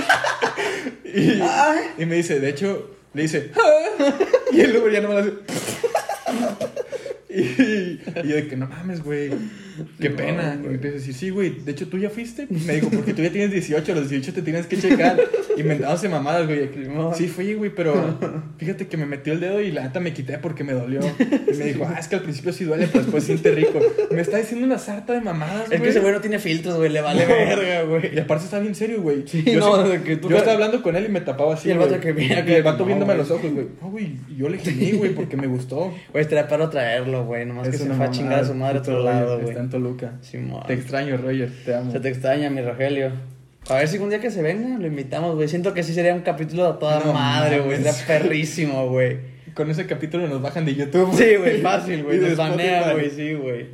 Speaker 1: Y, y me dice, de hecho, le dice, "Ah". y el Uber ya no me lo hace. Y, y yo de que no mames, güey. Qué
Speaker 2: No,
Speaker 1: pena. Y
Speaker 2: güey.
Speaker 1: me empieza a decir, sí, güey. De hecho, tú ya fuiste. Me dijo, porque tú ya tienes 18. A los 18 te tienes que checar. Inventándose mamadas, güey. de que,
Speaker 2: Simón.
Speaker 1: Sí, fui, güey, pero fíjate que me metió el dedo y la neta me quité porque me dolió. Y me dijo, ah, es que al principio sí duele, pero después siente rico. Me está diciendo una sarta de mamadas, güey.
Speaker 2: Es que ese güey no tiene filtros, güey. Le vale
Speaker 1: No.
Speaker 2: verga,
Speaker 1: Y
Speaker 2: güey.
Speaker 1: aparte está bien serio, güey.
Speaker 2: Sí,
Speaker 1: yo
Speaker 2: no,
Speaker 1: sí-
Speaker 2: de que tú-
Speaker 1: yo estaba hablando con él y me tapaba así.
Speaker 2: Y el vato
Speaker 1: güey.
Speaker 2: que mira
Speaker 1: Y
Speaker 2: que-
Speaker 1: el vato
Speaker 2: no,
Speaker 1: viéndome a
Speaker 2: güey.
Speaker 1: los ojos, güey. No, güey, yo le gemí, güey, porque me gustó.
Speaker 2: Güey, estaría perro traerlo, güey. Nomás que
Speaker 1: Es
Speaker 2: se
Speaker 1: una
Speaker 2: fue a
Speaker 1: mamada,
Speaker 2: chingar a su madre a otro
Speaker 1: puto
Speaker 2: lado,
Speaker 1: Roger,
Speaker 2: güey.
Speaker 1: Está en Toluca.
Speaker 2: Simón.
Speaker 1: Te extraño, Roger. Te amo.
Speaker 2: Se te extraña, mi Rogelio. A ver si un día que se venga lo invitamos, güey. Siento que sí sería un capítulo de toda
Speaker 1: No
Speaker 2: madre, güey.
Speaker 1: mames.
Speaker 2: Sería perrísimo, güey.
Speaker 1: Con ese capítulo nos bajan de YouTube.
Speaker 2: Sí, güey, fácil,
Speaker 1: Y
Speaker 2: güey.
Speaker 1: de
Speaker 2: Nos banea,
Speaker 1: Spotify.
Speaker 2: güey, sí, güey.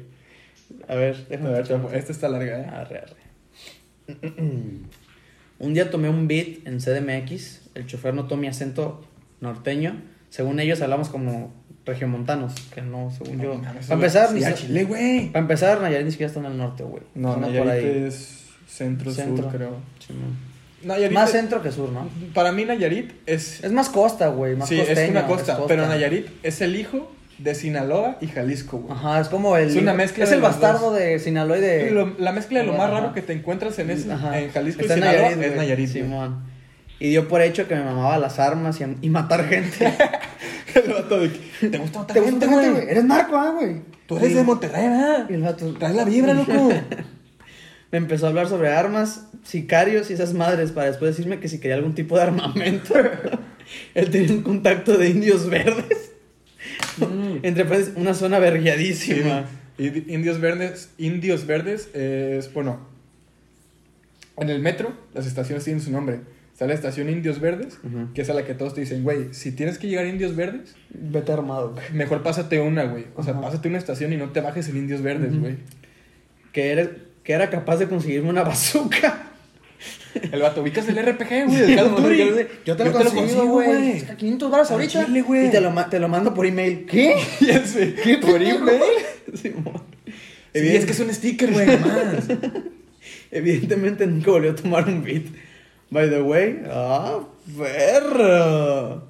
Speaker 2: A ver,
Speaker 1: A
Speaker 2: déjame
Speaker 1: ver, chavo, esta está larga, ¿eh?
Speaker 2: Arre, arre. Un día tomé un beat en CDMX. El chofer notó mi acento norteño. Según ellos hablamos como regiomontanos, que no, según yo.
Speaker 1: No mames,
Speaker 2: Para empezar,
Speaker 1: sí,
Speaker 2: ni
Speaker 1: a
Speaker 2: sa-
Speaker 1: Chile, güey.
Speaker 2: para empezar, Nayarit ni siquiera está en el norte, güey.
Speaker 1: No,
Speaker 2: Está
Speaker 1: Nayarit es centro,
Speaker 2: Centro.
Speaker 1: sur, creo.
Speaker 2: Simón.
Speaker 1: Nayarit
Speaker 2: Más
Speaker 1: es-
Speaker 2: centro que sur, ¿no?
Speaker 1: Para mí Nayarit es
Speaker 2: Es más costa, güey. Más
Speaker 1: Sí, es
Speaker 2: costeño,
Speaker 1: una costa, pero Nayarit es el hijo de Sinaloa y Jalisco, güey.
Speaker 2: Ajá, es como el.
Speaker 1: Es una mezcla
Speaker 2: Es
Speaker 1: de
Speaker 2: el
Speaker 1: los
Speaker 2: bastardo
Speaker 1: dos.
Speaker 2: de Sinaloa y de.
Speaker 1: Lo- la mezcla de lo más
Speaker 2: Ajá.
Speaker 1: raro que te encuentras en, ese,
Speaker 2: Ajá.
Speaker 1: en Jalisco
Speaker 2: Está
Speaker 1: y
Speaker 2: en
Speaker 1: Sinaloa
Speaker 2: güey.
Speaker 1: es Nayarit. güey.
Speaker 2: Simón. Y dio por hecho que me mamaba las armas y, y matar gente.
Speaker 1: El vato de que, te gusta matar
Speaker 2: Te gusta
Speaker 1: gente,
Speaker 2: gente,
Speaker 1: güey.
Speaker 2: güey. Eres narco, ah, güey.
Speaker 1: Tú eres
Speaker 2: Sí.
Speaker 1: de Monterrey, ¿verdad?
Speaker 2: Y el vato-
Speaker 1: Traes la vibra, loco.
Speaker 2: Me empezó a hablar sobre armas, sicarios y esas madres para después decirme que si quería algún tipo de armamento. Él tenía un contacto de indios verdes. Entre paréntesis, una zona
Speaker 1: Sí,
Speaker 2: verguiadísima.
Speaker 1: y di- Indios Verdes, Indios Verdes es, bueno, en el metro las estaciones tienen su nombre. Está la estación Indios Verdes,
Speaker 2: Ujú.
Speaker 1: que es a la que todos te dicen, güey, si tienes que llegar a Indios Verdes,
Speaker 2: Vete armado, güey.
Speaker 1: mejor pásate una, güey. O sea,
Speaker 2: Ajá.
Speaker 1: pásate una estación y no te bajes en Indios Verdes,
Speaker 2: Ujú.
Speaker 1: güey.
Speaker 2: que era, que era capaz de conseguirme una bazooka.
Speaker 1: El vato, ubicas el RPG, güey. de Call of Duty?
Speaker 2: Yo te lo consigo, güey. Está 500 baros
Speaker 1: Al
Speaker 2: ahorita.
Speaker 1: chile, güey.
Speaker 2: Y te lo, ma- te lo mando por email. ¿Qué?
Speaker 1: Ya sé. ¿Qué por email?
Speaker 2: Simón.
Speaker 1: Sí, es que es un sticker, güey, nomás.
Speaker 2: Evidentemente nunca volvió a tomar un beat. By the way, ah, perro.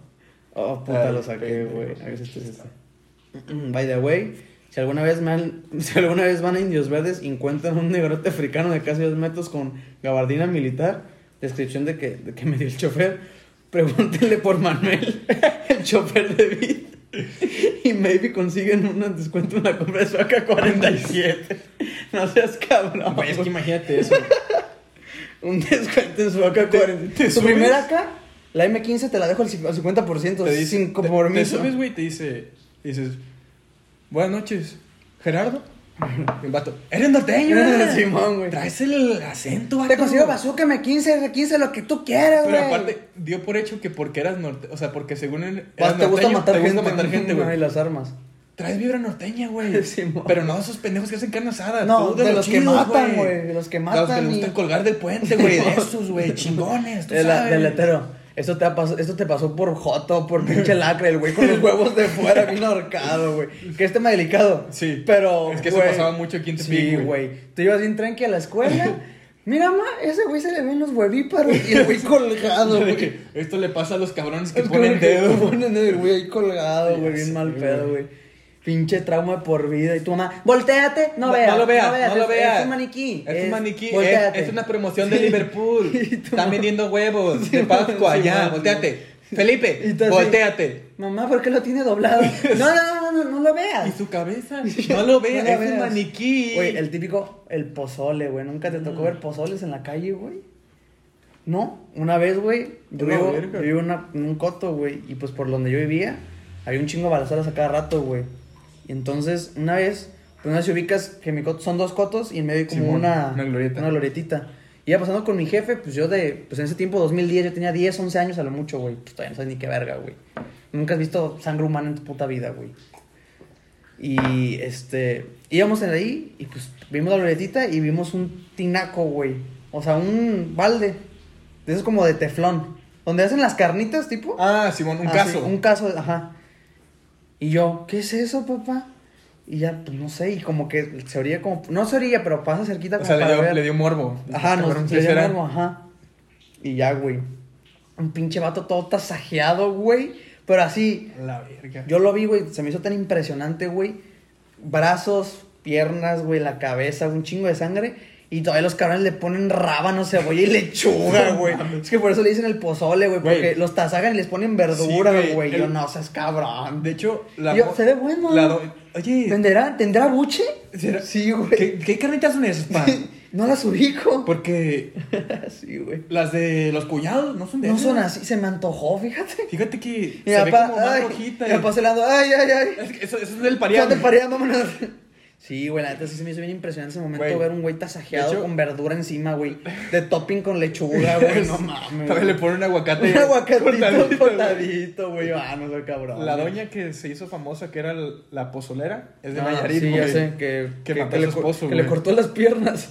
Speaker 2: Oh, puta,
Speaker 1: Ay,
Speaker 2: lo saqué,
Speaker 1: pendejo.
Speaker 2: güey. A ver si este es este. Mm, By the way, si alguna vez, me han- si alguna vez van a Indios Verdes y encuentran un negrote africano de casi dos metros con gabardina militar, descripción de que, de que me dio el chofer, pregúntenle por Manuel, el chofer de beat. Y maybe consiguen un descuento en la compra de su AK-47. No seas cabrón.
Speaker 1: Güey, es que imagínate eso.
Speaker 2: Un descuento en su AK-40.
Speaker 1: Te- te
Speaker 2: Su
Speaker 1: subes.
Speaker 2: primera AK, la M15 te la dejo al cin- al 50%.
Speaker 1: Pues, Te dice,
Speaker 2: cinco
Speaker 1: te-
Speaker 2: por
Speaker 1: te
Speaker 2: mí.
Speaker 1: subes, güey, y te dice, dices, buenas noches, Gerardo. Y el vato, eres norteño, güey.
Speaker 2: Simón, güey.
Speaker 1: Traes el acento, vato.
Speaker 2: Te consigo bazooka M15, R15, lo que tú quieras, güey.
Speaker 1: Pero aparte, dio por hecho que porque eras norte... O sea, porque según él...
Speaker 2: Vas-
Speaker 1: eras
Speaker 2: te gusta
Speaker 1: norteño,
Speaker 2: matar
Speaker 1: te
Speaker 2: gente.
Speaker 1: gusta matar gente,
Speaker 2: Ay,
Speaker 1: güey.
Speaker 2: las armas.
Speaker 1: Traes vibra norteña, güey.
Speaker 2: Simón.
Speaker 1: Pero no esos pendejos que hacen carne asada.
Speaker 2: No,
Speaker 1: Ah, tú
Speaker 2: de, los que
Speaker 1: chidos,
Speaker 2: matan, güey. De los que
Speaker 1: Los que
Speaker 2: matan.
Speaker 1: les
Speaker 2: y-
Speaker 1: gusta colgar del puente, güey. De esos, güey. Chingones, tú
Speaker 2: De la-
Speaker 1: sabes.
Speaker 2: Del letero. Esto te, ha pas- esto te pasó por Joto, por pinche lacra, el güey con los huevos de fuera, bien ahorcado, güey. Que es tema delicado.
Speaker 1: Sí.
Speaker 2: Pero.
Speaker 1: Es que eso
Speaker 2: güey,
Speaker 1: pasaba mucho aquí en Tepic,
Speaker 2: Sí,
Speaker 1: güey.
Speaker 2: güey. Tú ibas bien tranqui a la escuela. Mira, ma, ese güey se le ven los huevíparos y el güey colgado,
Speaker 1: De
Speaker 2: güey.
Speaker 1: que esto le pasa a los cabrones que
Speaker 2: Es como
Speaker 1: ponen
Speaker 2: que
Speaker 1: dedo.
Speaker 2: Ponen dedo, el güey ahí colgado,
Speaker 1: Ya
Speaker 2: güey, bien
Speaker 1: sé,
Speaker 2: mal
Speaker 1: güey.
Speaker 2: pedo, güey. Pinche trauma por vida. Y tu mamá, volteate, no,
Speaker 1: No,
Speaker 2: veas.
Speaker 1: no lo veas, no lo
Speaker 2: es-
Speaker 1: veas.
Speaker 2: Es un maniquí.
Speaker 1: Es, un maniquí, es,
Speaker 2: voltéate.
Speaker 1: es una promoción de
Speaker 2: Sí.
Speaker 1: Liverpool.
Speaker 2: Y tu
Speaker 1: Están
Speaker 2: mamá-
Speaker 1: vendiendo huevos
Speaker 2: Sí,
Speaker 1: de Pascua,
Speaker 2: sí,
Speaker 1: ya,
Speaker 2: mamá.
Speaker 1: volteate.
Speaker 2: Y
Speaker 1: Felipe,
Speaker 2: tú así-
Speaker 1: volteate.
Speaker 2: Mamá, ¿por qué lo tiene doblado? No, no, no, no, no lo
Speaker 1: Y
Speaker 2: veas.
Speaker 1: su cabeza, no lo veas,
Speaker 2: No la
Speaker 1: es un
Speaker 2: veas.
Speaker 1: maniquí.
Speaker 2: Güey, el típico, el pozole, güey. ¿Nunca te
Speaker 1: Mm.
Speaker 2: tocó ver pozoles en la calle, güey? No, una vez, güey, yo
Speaker 1: Una
Speaker 2: vivo,
Speaker 1: verga.
Speaker 2: yo vivo en una- en un coto, güey. Y pues por donde yo vivía, había un chingo de balaceras a cada rato, güey. Y entonces, una vez, pues no sé si ubicas que mi coto, son dos cotos y en medio hay como
Speaker 1: Simón,
Speaker 2: una,
Speaker 1: una glorieta.
Speaker 2: Una glorietita. Iba pasando con mi jefe, pues yo de, pues en ese tiempo, 2010, yo tenía 10, 11 años a lo mucho, güey. Pues todavía no sabes ni qué verga, güey. Nunca has visto sangre humana en tu puta vida, güey. Y este, íbamos en ahí y pues vimos la loretita y vimos un tinaco, güey. O sea, un balde. De esos como de teflón. Donde hacen las carnitas, tipo.
Speaker 1: Ah, Simón, un
Speaker 2: Ah,
Speaker 1: caso.
Speaker 2: sí, un caso, ajá. Y yo, ¿qué es eso, papá? Y ya, pues no sé, y como que se orilla como. No se orilla, pero pasa cerquita
Speaker 1: O
Speaker 2: como
Speaker 1: sea, le
Speaker 2: para
Speaker 1: dio,
Speaker 2: ver.
Speaker 1: le dio morbo.
Speaker 2: Ajá,
Speaker 1: Cabrón,
Speaker 2: nos
Speaker 1: ¿qué
Speaker 2: le dio
Speaker 1: será?
Speaker 2: algo, ajá. Y ya, güey. Un pinche vato todo tasajeado, güey. Pero así,
Speaker 1: La verga.
Speaker 2: yo lo vi, güey, se me hizo tan impresionante, güey. Brazos, piernas, güey, la cabeza, un chingo de sangre. Y todavía los cabrones le ponen rábano, cebolla y lechuga, güey. Es que por eso le dicen el pozole, güey,
Speaker 1: Güey.
Speaker 2: porque los tasagan y les ponen verdura,
Speaker 1: Sí, güey,
Speaker 2: güey. Yo
Speaker 1: el-
Speaker 2: no, seas cabrón.
Speaker 1: De hecho, la.
Speaker 2: Yo,
Speaker 1: mo-
Speaker 2: se ve bueno.
Speaker 1: la do- Oye,
Speaker 2: ¿Tendrá, ¿Tendrá buche?
Speaker 1: ¿será-
Speaker 2: Sí, güey.
Speaker 1: ¿qué, qué carnitas son esas, pa?
Speaker 2: No las ubico.
Speaker 1: Porque
Speaker 2: sí, güey.
Speaker 1: las de los cuñados no son de
Speaker 2: No
Speaker 1: esas.
Speaker 2: son así, se me antojó, fíjate.
Speaker 1: Fíjate que
Speaker 2: Mi
Speaker 1: se ve
Speaker 2: papá,
Speaker 1: como más
Speaker 2: ay,
Speaker 1: rojita.
Speaker 2: mi
Speaker 1: y-
Speaker 2: papá se la ando, ay, ay, ay.
Speaker 1: Es que Eso, eso es del
Speaker 2: Ya
Speaker 1: pareado.
Speaker 2: te paré, vámonos. Sí, güey, la neta sí se me hizo bien impresionante ese momento
Speaker 1: Güey.
Speaker 2: ver un güey tasajeado
Speaker 1: De hecho-
Speaker 2: con verdura encima, güey. De topping con lechuga, güey. No mames.
Speaker 1: Todavía le pone un aguacate.
Speaker 2: un aguacatito
Speaker 1: cortadito, güey.
Speaker 2: cortadito, güey. Ah, no soy cabrón.
Speaker 1: La doña que se hizo famosa, que era el- la pozolera, es de
Speaker 2: Ah,
Speaker 1: Nayarit,
Speaker 2: sí, ya
Speaker 1: güey.
Speaker 2: sé, que,
Speaker 1: Que mató a
Speaker 2: le,
Speaker 1: su
Speaker 2: cor-
Speaker 1: esposo,
Speaker 2: que le
Speaker 1: güey.
Speaker 2: cortó las piernas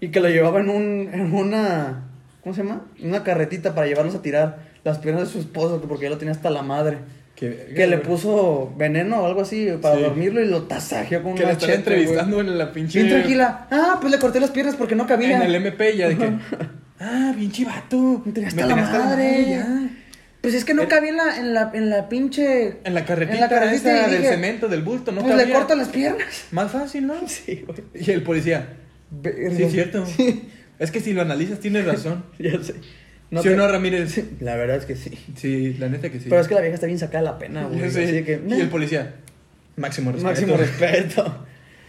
Speaker 2: y que lo llevaba en, un, en una. ¿Cómo se llama? En Una carretita para llevarlos a tirar las piernas de su esposo, porque ya lo tenía hasta la madre.
Speaker 1: Que,
Speaker 2: Que le puso veneno o algo así para
Speaker 1: Sí.
Speaker 2: dormirlo y lo tasajeó con
Speaker 1: Que
Speaker 2: una
Speaker 1: la están
Speaker 2: machete, güey.
Speaker 1: entrevistando en la pinche.
Speaker 2: Bien tranquila. Ah, pues le corté las piernas porque no cabía.
Speaker 1: En el em- MP, ya de que. Ah, pinche vato.
Speaker 2: Me tenía hasta
Speaker 1: me
Speaker 2: la
Speaker 1: tenía hasta
Speaker 2: madre.
Speaker 1: ya.
Speaker 2: Pues es que no cabía en la, en la, en la pinche.
Speaker 1: En la carretita,
Speaker 2: En la carretita
Speaker 1: esa
Speaker 2: y
Speaker 1: del
Speaker 2: dije,
Speaker 1: cemento, del bulto, ¿no?
Speaker 2: pues le
Speaker 1: cabía.
Speaker 2: corto las piernas.
Speaker 1: Más fácil, ¿no?
Speaker 2: Sí, güey.
Speaker 1: Y el policía. Sí, es cierto. Es que si lo analizas, tienes razón.
Speaker 2: Ya sé.
Speaker 1: ¿Sí o
Speaker 2: te-
Speaker 1: no, Ramírez?
Speaker 2: La verdad es que sí.
Speaker 1: Sí, la neta que sí.
Speaker 2: Pero es que la vieja está bien sacada la pena, güey.
Speaker 1: Sí.
Speaker 2: Así de que.
Speaker 1: Y el policía. Máximo respeto.
Speaker 2: Máximo respeto.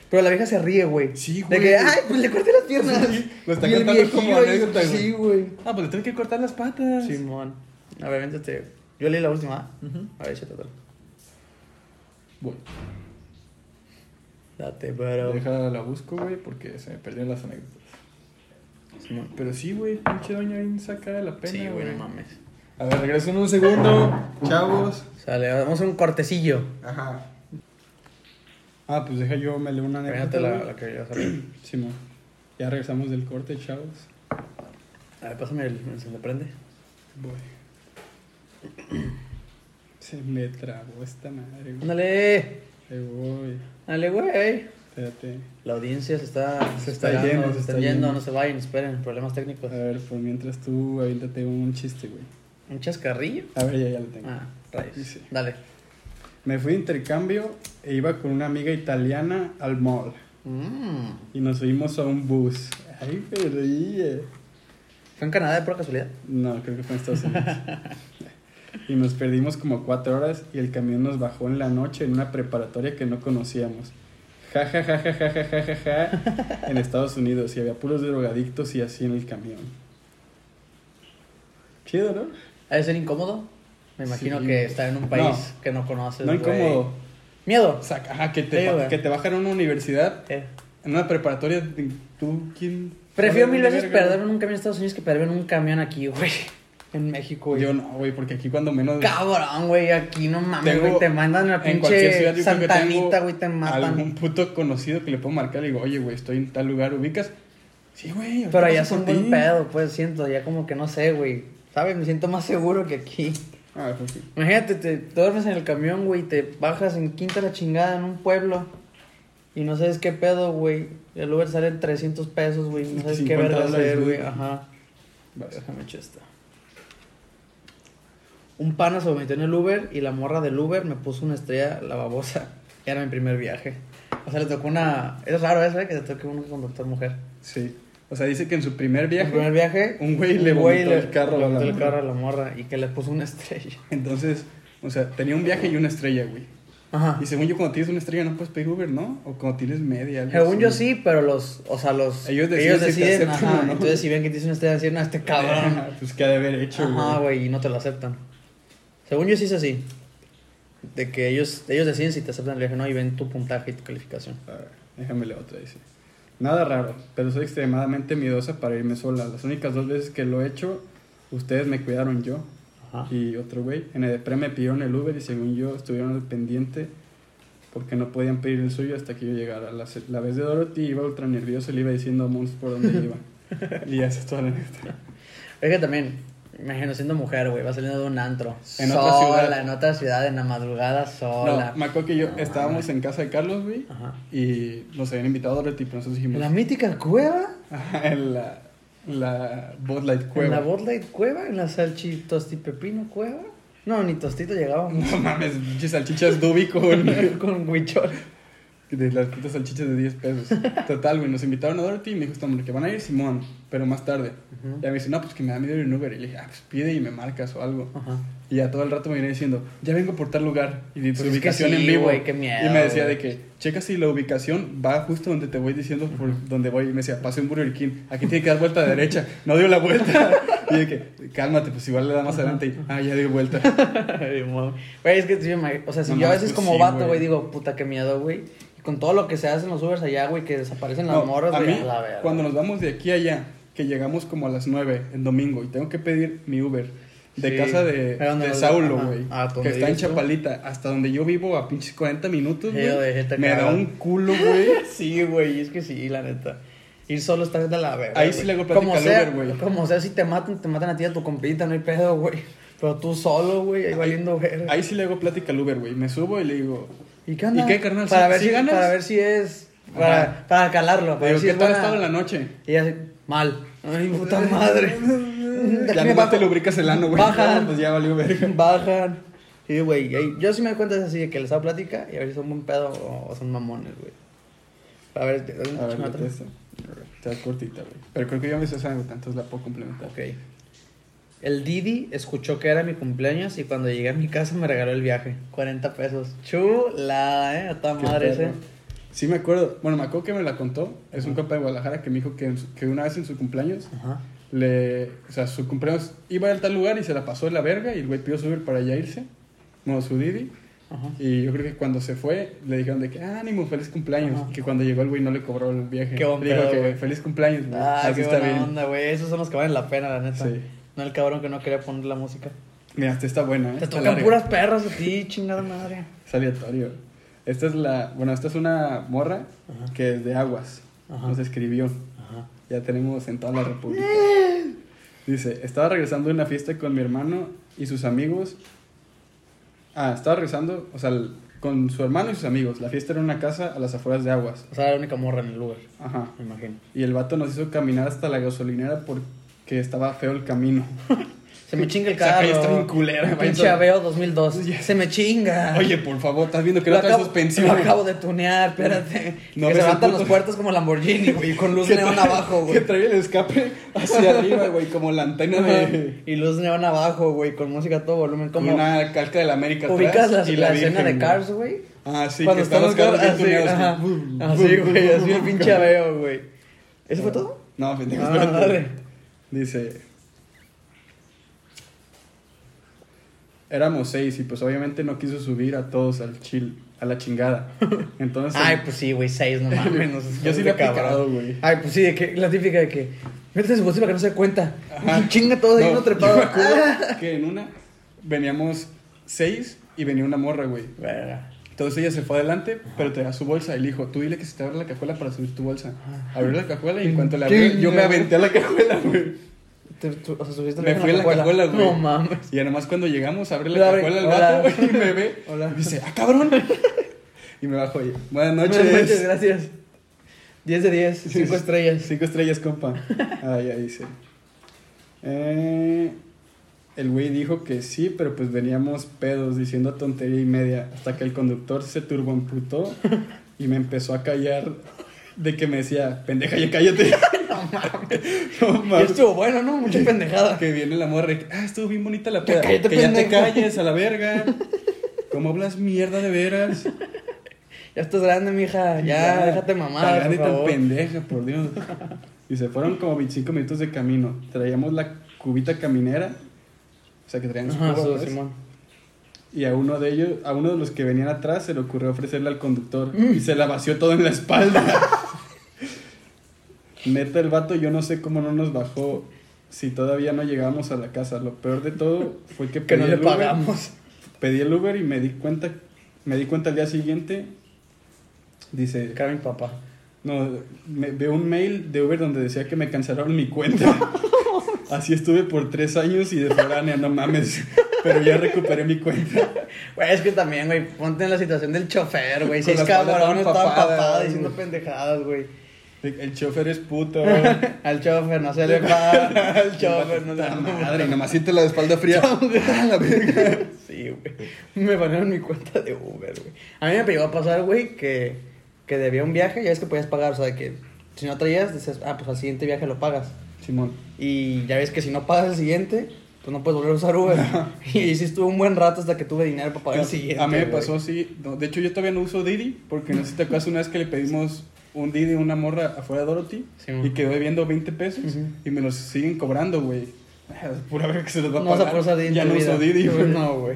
Speaker 2: Pero la vieja se ríe, güey.
Speaker 1: Sí,
Speaker 2: De
Speaker 1: güey.
Speaker 2: que, ay, pues le corté las piernas.
Speaker 1: Sí, lo está
Speaker 2: Y el
Speaker 1: contando como
Speaker 2: viejillo ahí,
Speaker 1: anécdota, güey.
Speaker 2: Sí, güey.
Speaker 1: Ah, pues le tengo que cortar las patas.
Speaker 2: Simón. A ver, véntate. Yo leí la última. ¿ah?
Speaker 1: Ujú.
Speaker 2: A ver, échate otra.
Speaker 1: Bueno,
Speaker 2: Date, pero.
Speaker 1: deja la busco, güey, porque se me perdieron las anécdotas.
Speaker 2: Simón.
Speaker 1: Pero sí, güey, pinche doña bien saca de la pena.
Speaker 2: Sí, güey, no mames.
Speaker 1: A ver, regreso en un segundo, chavos.
Speaker 2: Sale, vamos a hacer un cortecillo.
Speaker 1: Ajá. Ah, pues deja yo, me leo una anécdota.
Speaker 2: Fíjate la,
Speaker 1: güey.
Speaker 2: la que ya salió.
Speaker 1: Simón. Ya regresamos del corte, chavos.
Speaker 2: A ver, pásame el, el- se le prende.
Speaker 1: Voy. Se me trabó esta madre, güey.
Speaker 2: Ándale,
Speaker 1: Ahí voy.
Speaker 2: ándale, güey.
Speaker 1: Espérate.
Speaker 2: La audiencia se está,
Speaker 1: Se está
Speaker 2: esperando,
Speaker 1: yendo,
Speaker 2: se,
Speaker 1: se
Speaker 2: están
Speaker 1: está
Speaker 2: yendo,
Speaker 1: yendo. Eh.
Speaker 2: no se vayan, esperen, problemas
Speaker 1: A
Speaker 2: técnicos.
Speaker 1: ver, por mientras tú aviéntate un chiste, güey.
Speaker 2: ¿Un chascarrillo?
Speaker 1: A ver, ya, ya lo tengo.
Speaker 2: Ah, rayos.
Speaker 1: Sí.
Speaker 2: Dale.
Speaker 1: Me fui de intercambio e iba con una amiga italiana al mall.
Speaker 2: Mm.
Speaker 1: Y nos subimos a un bus. Ay, me reía.
Speaker 2: ¿Fue en Canadá de pura casualidad?
Speaker 1: No, creo que fue en Estados Unidos. y nos perdimos como cuatro horas y el camión nos bajó en la noche en una preparatoria que no conocíamos. Ja, ja, ja, ja, ja, ja, ja, ja, ja, en Estados Unidos. Y había puros drogadictos y así en el camión. Chido, ¿no?
Speaker 2: ¿Ha de ser incómodo? Me imagino
Speaker 1: Sí.
Speaker 2: que estar en un país que no conoces.
Speaker 1: No
Speaker 2: Pues güey.
Speaker 1: incómodo.
Speaker 2: Miedo.
Speaker 1: O sea, ajá, que
Speaker 2: Sí,
Speaker 1: te, ba-
Speaker 2: güey.
Speaker 1: que te bajan a una universidad,
Speaker 2: Eh,
Speaker 1: en una preparatoria. de- ¿Tú quién?
Speaker 2: Prefiero
Speaker 1: Joder,
Speaker 2: mil veces
Speaker 1: verga,
Speaker 2: perder en un camión en Estados Unidos que perder en un camión aquí, güey. En México,
Speaker 1: güey.
Speaker 2: güey.
Speaker 1: Yo no, güey, porque aquí cuando menos.
Speaker 2: Cabrón, güey, aquí no mames,
Speaker 1: Tengo-
Speaker 2: güey. Te mandan a
Speaker 1: en cualquier ciudad
Speaker 2: pinche
Speaker 1: yo creo que
Speaker 2: Santanita,
Speaker 1: tengo
Speaker 2: güey, te matan. eh.
Speaker 1: algún puto conocido que le puedo marcar y digo, oye, güey, estoy en tal lugar, ubicas. Sí, güey. ahorita
Speaker 2: Pero allá
Speaker 1: paso
Speaker 2: son
Speaker 1: por
Speaker 2: buen
Speaker 1: ti.
Speaker 2: pedo, pues siento, ya como que no sé, güey. ¿Sabes? Me siento más seguro que aquí.
Speaker 1: Ah, pues sí.
Speaker 2: Imagínate, te, te duermes en el camión, güey, te bajas en quinta la chingada en un pueblo y no sabes qué pedo, güey. El Uber sale en 300 pesos, güey, no sabes qué
Speaker 1: 50
Speaker 2: verga
Speaker 1: dólares,
Speaker 2: hacer, güey.
Speaker 1: güey.
Speaker 2: Ajá.
Speaker 1: Vas.
Speaker 2: Déjame echar esta. Un pana se vomitó en el Uber y la morra del Uber me puso una estrella la babosa. Era mi primer viaje. O sea, le tocó una. Es raro eso, ¿eh? Que te toque un conductor mujer.
Speaker 1: Sí. O sea, dice que en su primer
Speaker 2: Mi
Speaker 1: viaje,
Speaker 2: primer viaje.
Speaker 1: un güey le vomitó el carro a la
Speaker 2: vomitó el
Speaker 1: morra.
Speaker 2: carro a la morra y que le puso una estrella.
Speaker 1: entonces, o sea, tenía un viaje y una estrella, güey.
Speaker 2: Ajá.
Speaker 1: Y según yo, cuando tienes una estrella no puedes pedir Uber, ¿no? O cuando tienes media. algo
Speaker 2: Según
Speaker 1: así. Eh,
Speaker 2: yo sí, pero los, o sea, los,
Speaker 1: Ellos deciden si te
Speaker 2: deciden,
Speaker 1: aceptan
Speaker 2: ajá,
Speaker 1: o no.
Speaker 2: entonces si ven que te dicen estrella, decir, no, este cabrón,
Speaker 1: Ah, Pues que ha de haber hecho,
Speaker 2: ajá, güey, y no te lo aceptan. Según yo sí es así, de que ellos, ellos deciden si te aceptan el viaje o no y ven tu puntaje y tu calificación.
Speaker 1: A ver, déjame la otra, dice. Nada raro, pero soy extremadamente miedosa para irme sola. Las únicas dos veces que lo he hecho, ustedes me cuidaron yo
Speaker 2: Ajá.
Speaker 1: y otro güey. En el E pre me pidieron el Uber y según yo estuvieron al pendiente porque no podían pedir el suyo hasta que yo llegara. La, se- la vez de Dorothy iba ultra nervioso y le iba diciendo a Mons por dónde iba. y esa es toda la neta.
Speaker 2: Es que también, imagino siendo mujer, güey, va saliendo de un antro,
Speaker 1: En
Speaker 2: sola,
Speaker 1: otra ciudad.
Speaker 2: en otra ciudad, en la madrugada, sola.
Speaker 1: No, me acuerdo que yo
Speaker 2: No,
Speaker 1: estábamos en casa de Carlos, güey,
Speaker 2: Ajá.
Speaker 1: y nos habían invitado a Dorothy, pero nosotros dijimos.
Speaker 2: ¿En la mítica cueva?
Speaker 1: en la. La Bud Light
Speaker 2: ¿En la
Speaker 1: Cueva.
Speaker 2: Bud Light cueva? ¿En la salchitostipepino cueva? No, ni tostito llegaba.
Speaker 1: No mames, pinches salchichas Dubi con,
Speaker 2: con huichol.
Speaker 1: de las putas salchichas de 10 pesos. Total, güey, nos invitaron a Dorothy y me dijo esta mujer que van a ir Simón, pero más tarde.
Speaker 2: Ujú.
Speaker 1: Ya me dice, no, pues que me da miedo ir en Uber. Y le dije, ah, pues pide y me marcas o algo.
Speaker 2: Ajá.
Speaker 1: Y ya todo el rato me viene diciendo, ya vengo por tal lugar. Y di
Speaker 2: Pues
Speaker 1: su
Speaker 2: es que
Speaker 1: ubicación
Speaker 2: sí,
Speaker 1: en vivo.
Speaker 2: güey, qué miedo,
Speaker 1: y me decía
Speaker 2: güey.
Speaker 1: de que, checa si la ubicación va justo donde te voy diciendo por donde voy. Y me decía, pase un Burger King, aquí tiene que dar vuelta a la derecha. No dio la vuelta. y de que, cálmate, pues igual le da más adelante. Y, ah, ya dio vuelta.
Speaker 2: Güey, es que sí me imagino- O sea, si
Speaker 1: No
Speaker 2: yo a
Speaker 1: mames,
Speaker 2: veces
Speaker 1: pues
Speaker 2: como
Speaker 1: sí,
Speaker 2: vato,
Speaker 1: güey.
Speaker 2: güey, digo, puta, qué miedo, güey. Y con todo lo que se hace en los Ubers allá, güey, que desaparecen las
Speaker 1: No,
Speaker 2: morras,
Speaker 1: a
Speaker 2: güey.
Speaker 1: mí,
Speaker 2: a la verga.
Speaker 1: cuando nos vamos de aquí a allá, que llegamos como a las 9 en domingo y tengo que pedir mi Uber de
Speaker 2: Sí.
Speaker 1: casa de,
Speaker 2: ¿A dónde
Speaker 1: de
Speaker 2: vas?
Speaker 1: Saulo,
Speaker 2: Ajá.
Speaker 1: güey,
Speaker 2: Ah, ¿dónde
Speaker 1: que está en
Speaker 2: vives tú?
Speaker 1: Chapalita, hasta donde yo vivo a pinches 40 minutos,
Speaker 2: Sí,
Speaker 1: güey.
Speaker 2: yo dejé te
Speaker 1: Me da
Speaker 2: cagas.
Speaker 1: un culo, güey.
Speaker 2: Sí, güey, es que sí, la neta. Ir solo está de la verga.
Speaker 1: Ahí sí
Speaker 2: güey.
Speaker 1: le hago plática
Speaker 2: Como
Speaker 1: al
Speaker 2: sea-
Speaker 1: Uber, güey.
Speaker 2: Como sea, si te matan, te matan a ti y a tu compita, no hay pedo, güey. Pero tú solo, güey, ahí valiendo verga.
Speaker 1: Ahí sí le hago plática al Uber, güey. Me subo y le digo,
Speaker 2: ¿Y qué onda?
Speaker 1: ¿Y qué, carnal?
Speaker 2: Para
Speaker 1: ¿Sí-
Speaker 2: ver
Speaker 1: sí
Speaker 2: si
Speaker 1: ganas?
Speaker 2: Para ver si es.
Speaker 1: Ajá.
Speaker 2: Para, para calarlo. Para
Speaker 1: le digo,
Speaker 2: ver si
Speaker 1: ¿qué
Speaker 2: es
Speaker 1: tal ha
Speaker 2: buena-
Speaker 1: estado la noche?
Speaker 2: Y ella hace, mal. Ay, puta madre.
Speaker 1: Ya no te
Speaker 2: me bajo.
Speaker 1: lubricas el ano, güey.
Speaker 2: Baja.
Speaker 1: No, Pues ya valió verga.
Speaker 2: Bajan. Sí, güey. y Yo sí me doy cuenta es así de que les hago plática y a ver si son buen pedo o, o son mamones, güey. A ver, te-
Speaker 1: A ver,
Speaker 2: échame otra.
Speaker 1: vete esta. Está cortita, güey. Pero creo que yo me sé esa anécdota, entonces la puedo complementar.
Speaker 2: Ok. El Didi escuchó que era mi cumpleaños y cuando llegué a mi casa me regaló el viaje. 40 pesos. Chula, eh. A toda
Speaker 1: Qué
Speaker 2: madre ese.
Speaker 1: perro. Sí, me acuerdo. Bueno, me acuerdo que me la contó. Es un compa de Guadalajara que me dijo que, en su- que una vez en su cumpleaños,
Speaker 2: Ajá.
Speaker 1: le, o sea, su cumpleaños iba a tal lugar y se la pasó de la verga y el güey pidió subir para allá irse. No, su Didi.
Speaker 2: Ajá.
Speaker 1: Y yo creo que cuando se fue, le dijeron de que, "Ah, ánimo, feliz cumpleaños.
Speaker 2: Ajá.
Speaker 1: Y que cuando llegó el güey no le cobró el viaje.
Speaker 2: Qué buen
Speaker 1: Le dijo
Speaker 2: pedo,
Speaker 1: que
Speaker 2: güey.
Speaker 1: feliz cumpleaños, güey.
Speaker 2: Ah,
Speaker 1: Así
Speaker 2: qué
Speaker 1: está
Speaker 2: buena
Speaker 1: bien.
Speaker 2: onda, güey. Esos son los que valen la pena, la neta.
Speaker 1: Sí.
Speaker 2: No el cabrón que no quería poner la música.
Speaker 1: Mira, esta está buena, ¿eh?
Speaker 2: Te
Speaker 1: Está
Speaker 2: tocan
Speaker 1: larga.
Speaker 2: puras perras a ti, chingada madre.
Speaker 1: Es aleatorio. Esta es la, bueno, esta es una morra
Speaker 2: Ajá.
Speaker 1: que es de Aguas.
Speaker 2: Ajá.
Speaker 1: Nos escribió.
Speaker 2: Ajá.
Speaker 1: Ya tenemos en toda la república. Dice, estaba regresando de una fiesta con mi hermano y sus amigos. Ah, estaba regresando, o sea, el- con su hermano y sus amigos. La fiesta era en una casa a las afueras de Aguas.
Speaker 2: O sea, era la única morra en el lugar,
Speaker 1: Ajá.
Speaker 2: me imagino.
Speaker 1: Y el vato nos hizo caminar hasta la gasolinera porque estaba feo el camino.
Speaker 2: Se me chinga el
Speaker 1: Esa calle
Speaker 2: carro.
Speaker 1: está bien culera, güey.
Speaker 2: Pinche Aveo 2002.
Speaker 1: Oye.
Speaker 2: Se me chinga.
Speaker 1: Oye, por favor, estás viendo que no trae suspensión.
Speaker 2: lo acabo de tunear, espérate.
Speaker 1: No
Speaker 2: que
Speaker 1: ves
Speaker 2: se
Speaker 1: el
Speaker 2: levantan
Speaker 1: puto-
Speaker 2: los puertos como Lamborghini, güey, con luz
Speaker 1: Que
Speaker 2: neón
Speaker 1: trae-
Speaker 2: abajo,
Speaker 1: Que
Speaker 2: güey.
Speaker 1: trae el escape hacia arriba, güey, como la antena de...
Speaker 2: Y luz neón abajo, güey, con música a todo volumen. Como
Speaker 1: Una calca de la América
Speaker 2: ubicas
Speaker 1: atrás
Speaker 2: la,
Speaker 1: y
Speaker 2: la,
Speaker 1: Virgen,
Speaker 2: escena de
Speaker 1: güey.
Speaker 2: Cars, güey.
Speaker 1: Ah, sí,
Speaker 2: Cuando
Speaker 1: que están los
Speaker 2: estamos
Speaker 1: carros bien
Speaker 2: así,
Speaker 1: tuneados,
Speaker 2: ajá.
Speaker 1: como bum,
Speaker 2: Así,
Speaker 1: bum,
Speaker 2: güey,
Speaker 1: bum,
Speaker 2: así el
Speaker 1: bum,
Speaker 2: pinche
Speaker 1: cabrón.
Speaker 2: Aveo, güey. ¿Eso fue todo?
Speaker 1: No, pendejo,
Speaker 2: Ah,
Speaker 1: espérate.
Speaker 2: madre.
Speaker 1: Dice. Éramos seis y pues obviamente no quiso subir a todos al chill, a la chingada. Entonces.
Speaker 2: Ay, pues sí, güey, seis, no mames. no seas
Speaker 1: Yo sí
Speaker 2: de
Speaker 1: le he
Speaker 2: cabrón.
Speaker 1: aplicado, güey.
Speaker 2: Ay, pues sí, de que, la típica de que. Métete en su bolsillo para que no se dé cuenta.
Speaker 1: Ajá.
Speaker 2: Y Chinga todo ahí
Speaker 1: No,
Speaker 2: uno trepado.
Speaker 1: yo me acuerdo
Speaker 2: Ah.
Speaker 1: que en una veníamos seis y venía una morra, güey.
Speaker 2: Verga.
Speaker 1: Entonces ella se fue adelante, pero traía su bolsa y le dijo, tú dile que se te abre la cajuela para subir tu bolsa.
Speaker 2: Ah.
Speaker 1: Abrió la cajuela y en cuanto la abrió, yo me aventé a la cajuela, güey.
Speaker 2: Te- tú- o sea, subiste
Speaker 1: Me fui a la cajuela, güey.
Speaker 2: No mames.
Speaker 1: Y además cuando llegamos, abre
Speaker 2: Le
Speaker 1: la
Speaker 2: abre,
Speaker 1: cajuela al
Speaker 2: "Hola".
Speaker 1: vato, güey, y me ve.
Speaker 2: Hola.
Speaker 1: Y dice, ¡ah, cabrón! Y me bajo y, buenas noches.
Speaker 2: Buenas noches, gracias. 10 de 10,
Speaker 1: Sí,
Speaker 2: 5
Speaker 1: sí.
Speaker 2: estrellas.
Speaker 1: Cinco estrellas, compa. Ah, ya dice. Eh, el güey dijo que sí, pero pues veníamos pedos diciendo tontería y media. Hasta que el conductor se turboamputó y me empezó a callar de que me decía, pendeja, ya cállate. no mames. No
Speaker 2: Y
Speaker 1: mames.
Speaker 2: estuvo bueno, ¿no? Mucha pendejada.
Speaker 1: Que viene la morra y que, ah, estuvo bien bonita la peda.
Speaker 2: cállate,
Speaker 1: que ya te
Speaker 2: pendejo".
Speaker 1: calles a la verga. ¿Cómo hablas mierda de veras?
Speaker 2: Ya estás grande, mija. Ya, déjate
Speaker 1: Tan
Speaker 2: mamar.
Speaker 1: grande
Speaker 2: Por
Speaker 1: y tan
Speaker 2: favor.25
Speaker 1: pendeja, por Dios. Y se fueron como 25 minutos de camino. Traíamos la cubita caminera. O sea, que traían su
Speaker 2: Ajá,
Speaker 1: cuba,
Speaker 2: su-
Speaker 1: pues.
Speaker 2: Simón.
Speaker 1: Y a uno de ellos, a uno de los que venían atrás, se le ocurrió ofrecerle al conductor.
Speaker 2: Mm.
Speaker 1: Y se la vació todo en la espalda. Neta, el vato, yo no sé cómo no nos bajó. Si todavía no llegábamos a la casa. Lo peor de todo fue que
Speaker 2: Que no
Speaker 1: pedí
Speaker 2: le
Speaker 1: el Uber.
Speaker 2: pagamos.
Speaker 1: Pedí el Uber y me di cuenta. Me di cuenta al día siguiente. Dice,
Speaker 2: Cara mi papá.
Speaker 1: no, me, veo un mail de Uber donde decía que me cancelaron mi cuenta. Así estuve por tres años y de foránea, no mames. Pero ya recuperé mi cuenta.
Speaker 2: Güey, es que también, güey, ponte en la situación del chofer, güey.
Speaker 1: Con
Speaker 2: Seis
Speaker 1: las palabras
Speaker 2: cabrones
Speaker 1: todas
Speaker 2: estaban
Speaker 1: papadas,
Speaker 2: papados
Speaker 1: güey.
Speaker 2: diciendo pendejadas, güey.
Speaker 1: El chofer es puto. güey.
Speaker 2: Al chofer no se le paga. Al chofer no se
Speaker 1: Puta
Speaker 2: le
Speaker 1: madre, y nomás siente la espalda fría. Ah, la verga.
Speaker 2: Sí, güey. Me banearon mi cuenta de Uber, güey. A mí me llegó a pasar, güey, que, que debía un viaje, ya ves que podías pagar, o sea, que si no traías, dices, ah, pues al siguiente viaje lo pagas.
Speaker 1: Simón.
Speaker 2: Y ya ves que si no pagas el siguiente, pues no puedes volver a usar Uber. y sí estuve un buen rato hasta que tuve dinero para pagar el siguiente.
Speaker 1: A mí me
Speaker 2: güey.
Speaker 1: pasó así. no, de hecho, yo todavía no uso Didi. Porque no sé si te acuerdas una vez que le pedimos un Didi a una morra afuera de Dorothy.
Speaker 2: Sí,
Speaker 1: y quedó debiendo 20 pesos.
Speaker 2: Ujú.
Speaker 1: Y me los siguen cobrando, güey. Ah, Pura verga que se los va a
Speaker 2: No vas a
Speaker 1: pagar.
Speaker 2: poder usar Didi en
Speaker 1: ya
Speaker 2: tu
Speaker 1: no uso
Speaker 2: vida.
Speaker 1: Didi, güey.
Speaker 2: No, güey.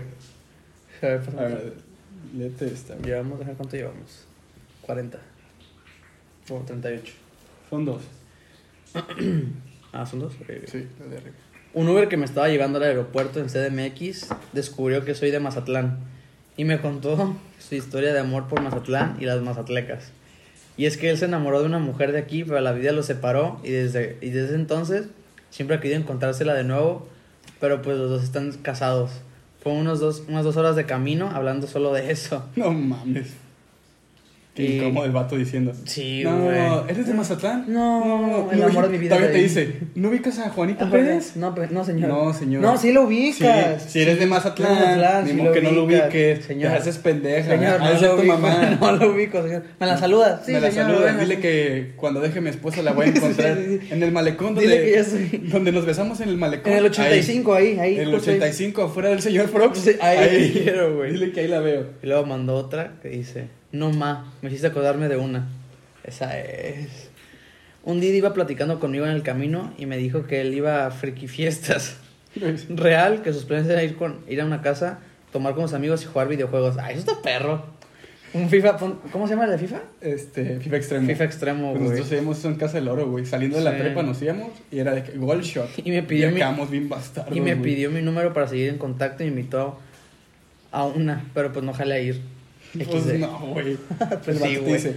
Speaker 2: A ver, pásame.
Speaker 1: A ver, léete esta. güey.
Speaker 2: Llevamos, deja cuánto llevamos. 40. O 38.
Speaker 1: Son dos.
Speaker 2: Ah, son dos. Ok, ok.
Speaker 1: Sí, la de arriba.
Speaker 2: Un Uber que me estaba llevando al aeropuerto en CDMX descubrió que soy de Mazatlán y me contó su historia de amor por Mazatlán y las mazatlecas. Y es que él se enamoró de una mujer de aquí, pero la vida los separó y desde, y desde entonces siempre ha querido encontrársela de nuevo, pero pues los dos están casados. Fue unos dos, unas dos horas de camino hablando solo de eso.
Speaker 1: No mames. Qué
Speaker 2: Y-
Speaker 1: incómodo el vato diciendo.
Speaker 2: Eh, Sí,
Speaker 1: no,
Speaker 2: güey.
Speaker 1: ¿eres de Mazatlán?
Speaker 2: No, el amor de mi vida
Speaker 1: Todavía
Speaker 2: de
Speaker 1: te
Speaker 2: ahí.
Speaker 1: dice, ¿no ubicas a Juanita Pérez?
Speaker 2: No, pe- no, señor.
Speaker 1: No, señor.
Speaker 2: No, sí lo
Speaker 1: Sí,
Speaker 2: ubicas.
Speaker 1: si eres de Mazatlán,
Speaker 2: Mazatlán,
Speaker 1: ni
Speaker 2: sí
Speaker 1: modo
Speaker 2: lo
Speaker 1: que no lo
Speaker 2: ubicas,
Speaker 1: ubiques.
Speaker 2: señor.
Speaker 1: Te haces pendeja.
Speaker 2: Señor,
Speaker 1: ha de
Speaker 2: no
Speaker 1: ser
Speaker 2: lo,
Speaker 1: tu
Speaker 2: ubico,
Speaker 1: mamá.
Speaker 2: no lo ubico, señor. ¿Me la saludas? Sí,
Speaker 1: Me la
Speaker 2: señor.
Speaker 1: saludas,
Speaker 2: bueno.
Speaker 1: dile que cuando deje a mi esposa la voy a encontrar
Speaker 2: Sí, sí, sí.
Speaker 1: en el malecón donde,
Speaker 2: Dile que ya soy-
Speaker 1: donde nos besamos en el malecón.
Speaker 2: En el
Speaker 1: Ahí.
Speaker 2: 85, ahí, ahí.
Speaker 1: En el
Speaker 2: justo ahí.
Speaker 1: 85, afuera del señor Frogs.
Speaker 2: Sí, ahí quiero, güey.
Speaker 1: Dile que ahí la veo.
Speaker 2: Y luego mandó otra que dice, no ma, me hiciste acordarme de una. Esa es. Un día iba platicando conmigo en el camino y me dijo que él iba a friki fiestas. Real, que sus planes era ir, con, ir a una casa, tomar con los amigos y jugar videojuegos. Ay, eso está perro. Un FIFA, pon- ¿cómo se llama el de FIFA?
Speaker 1: Este, FIFA Extremo.
Speaker 2: FIFA extremo,
Speaker 1: Pues
Speaker 2: güey.
Speaker 1: nosotros íbamos en Casa del Oro, güey. Saliendo de la
Speaker 2: Sí.
Speaker 1: prepa nos íbamos y era de que Gold Shot.
Speaker 2: Y me pidió
Speaker 1: Y
Speaker 2: mi-
Speaker 1: acabamos bien bastardos.
Speaker 2: Y me
Speaker 1: güey.
Speaker 2: pidió mi número para seguir en contacto y me invitó a una, pero pues no jala ir.
Speaker 1: Pues
Speaker 2: XD.
Speaker 1: no, güey.
Speaker 2: Pues
Speaker 1: El vato
Speaker 2: sí,
Speaker 1: te
Speaker 2: güey.
Speaker 1: dice,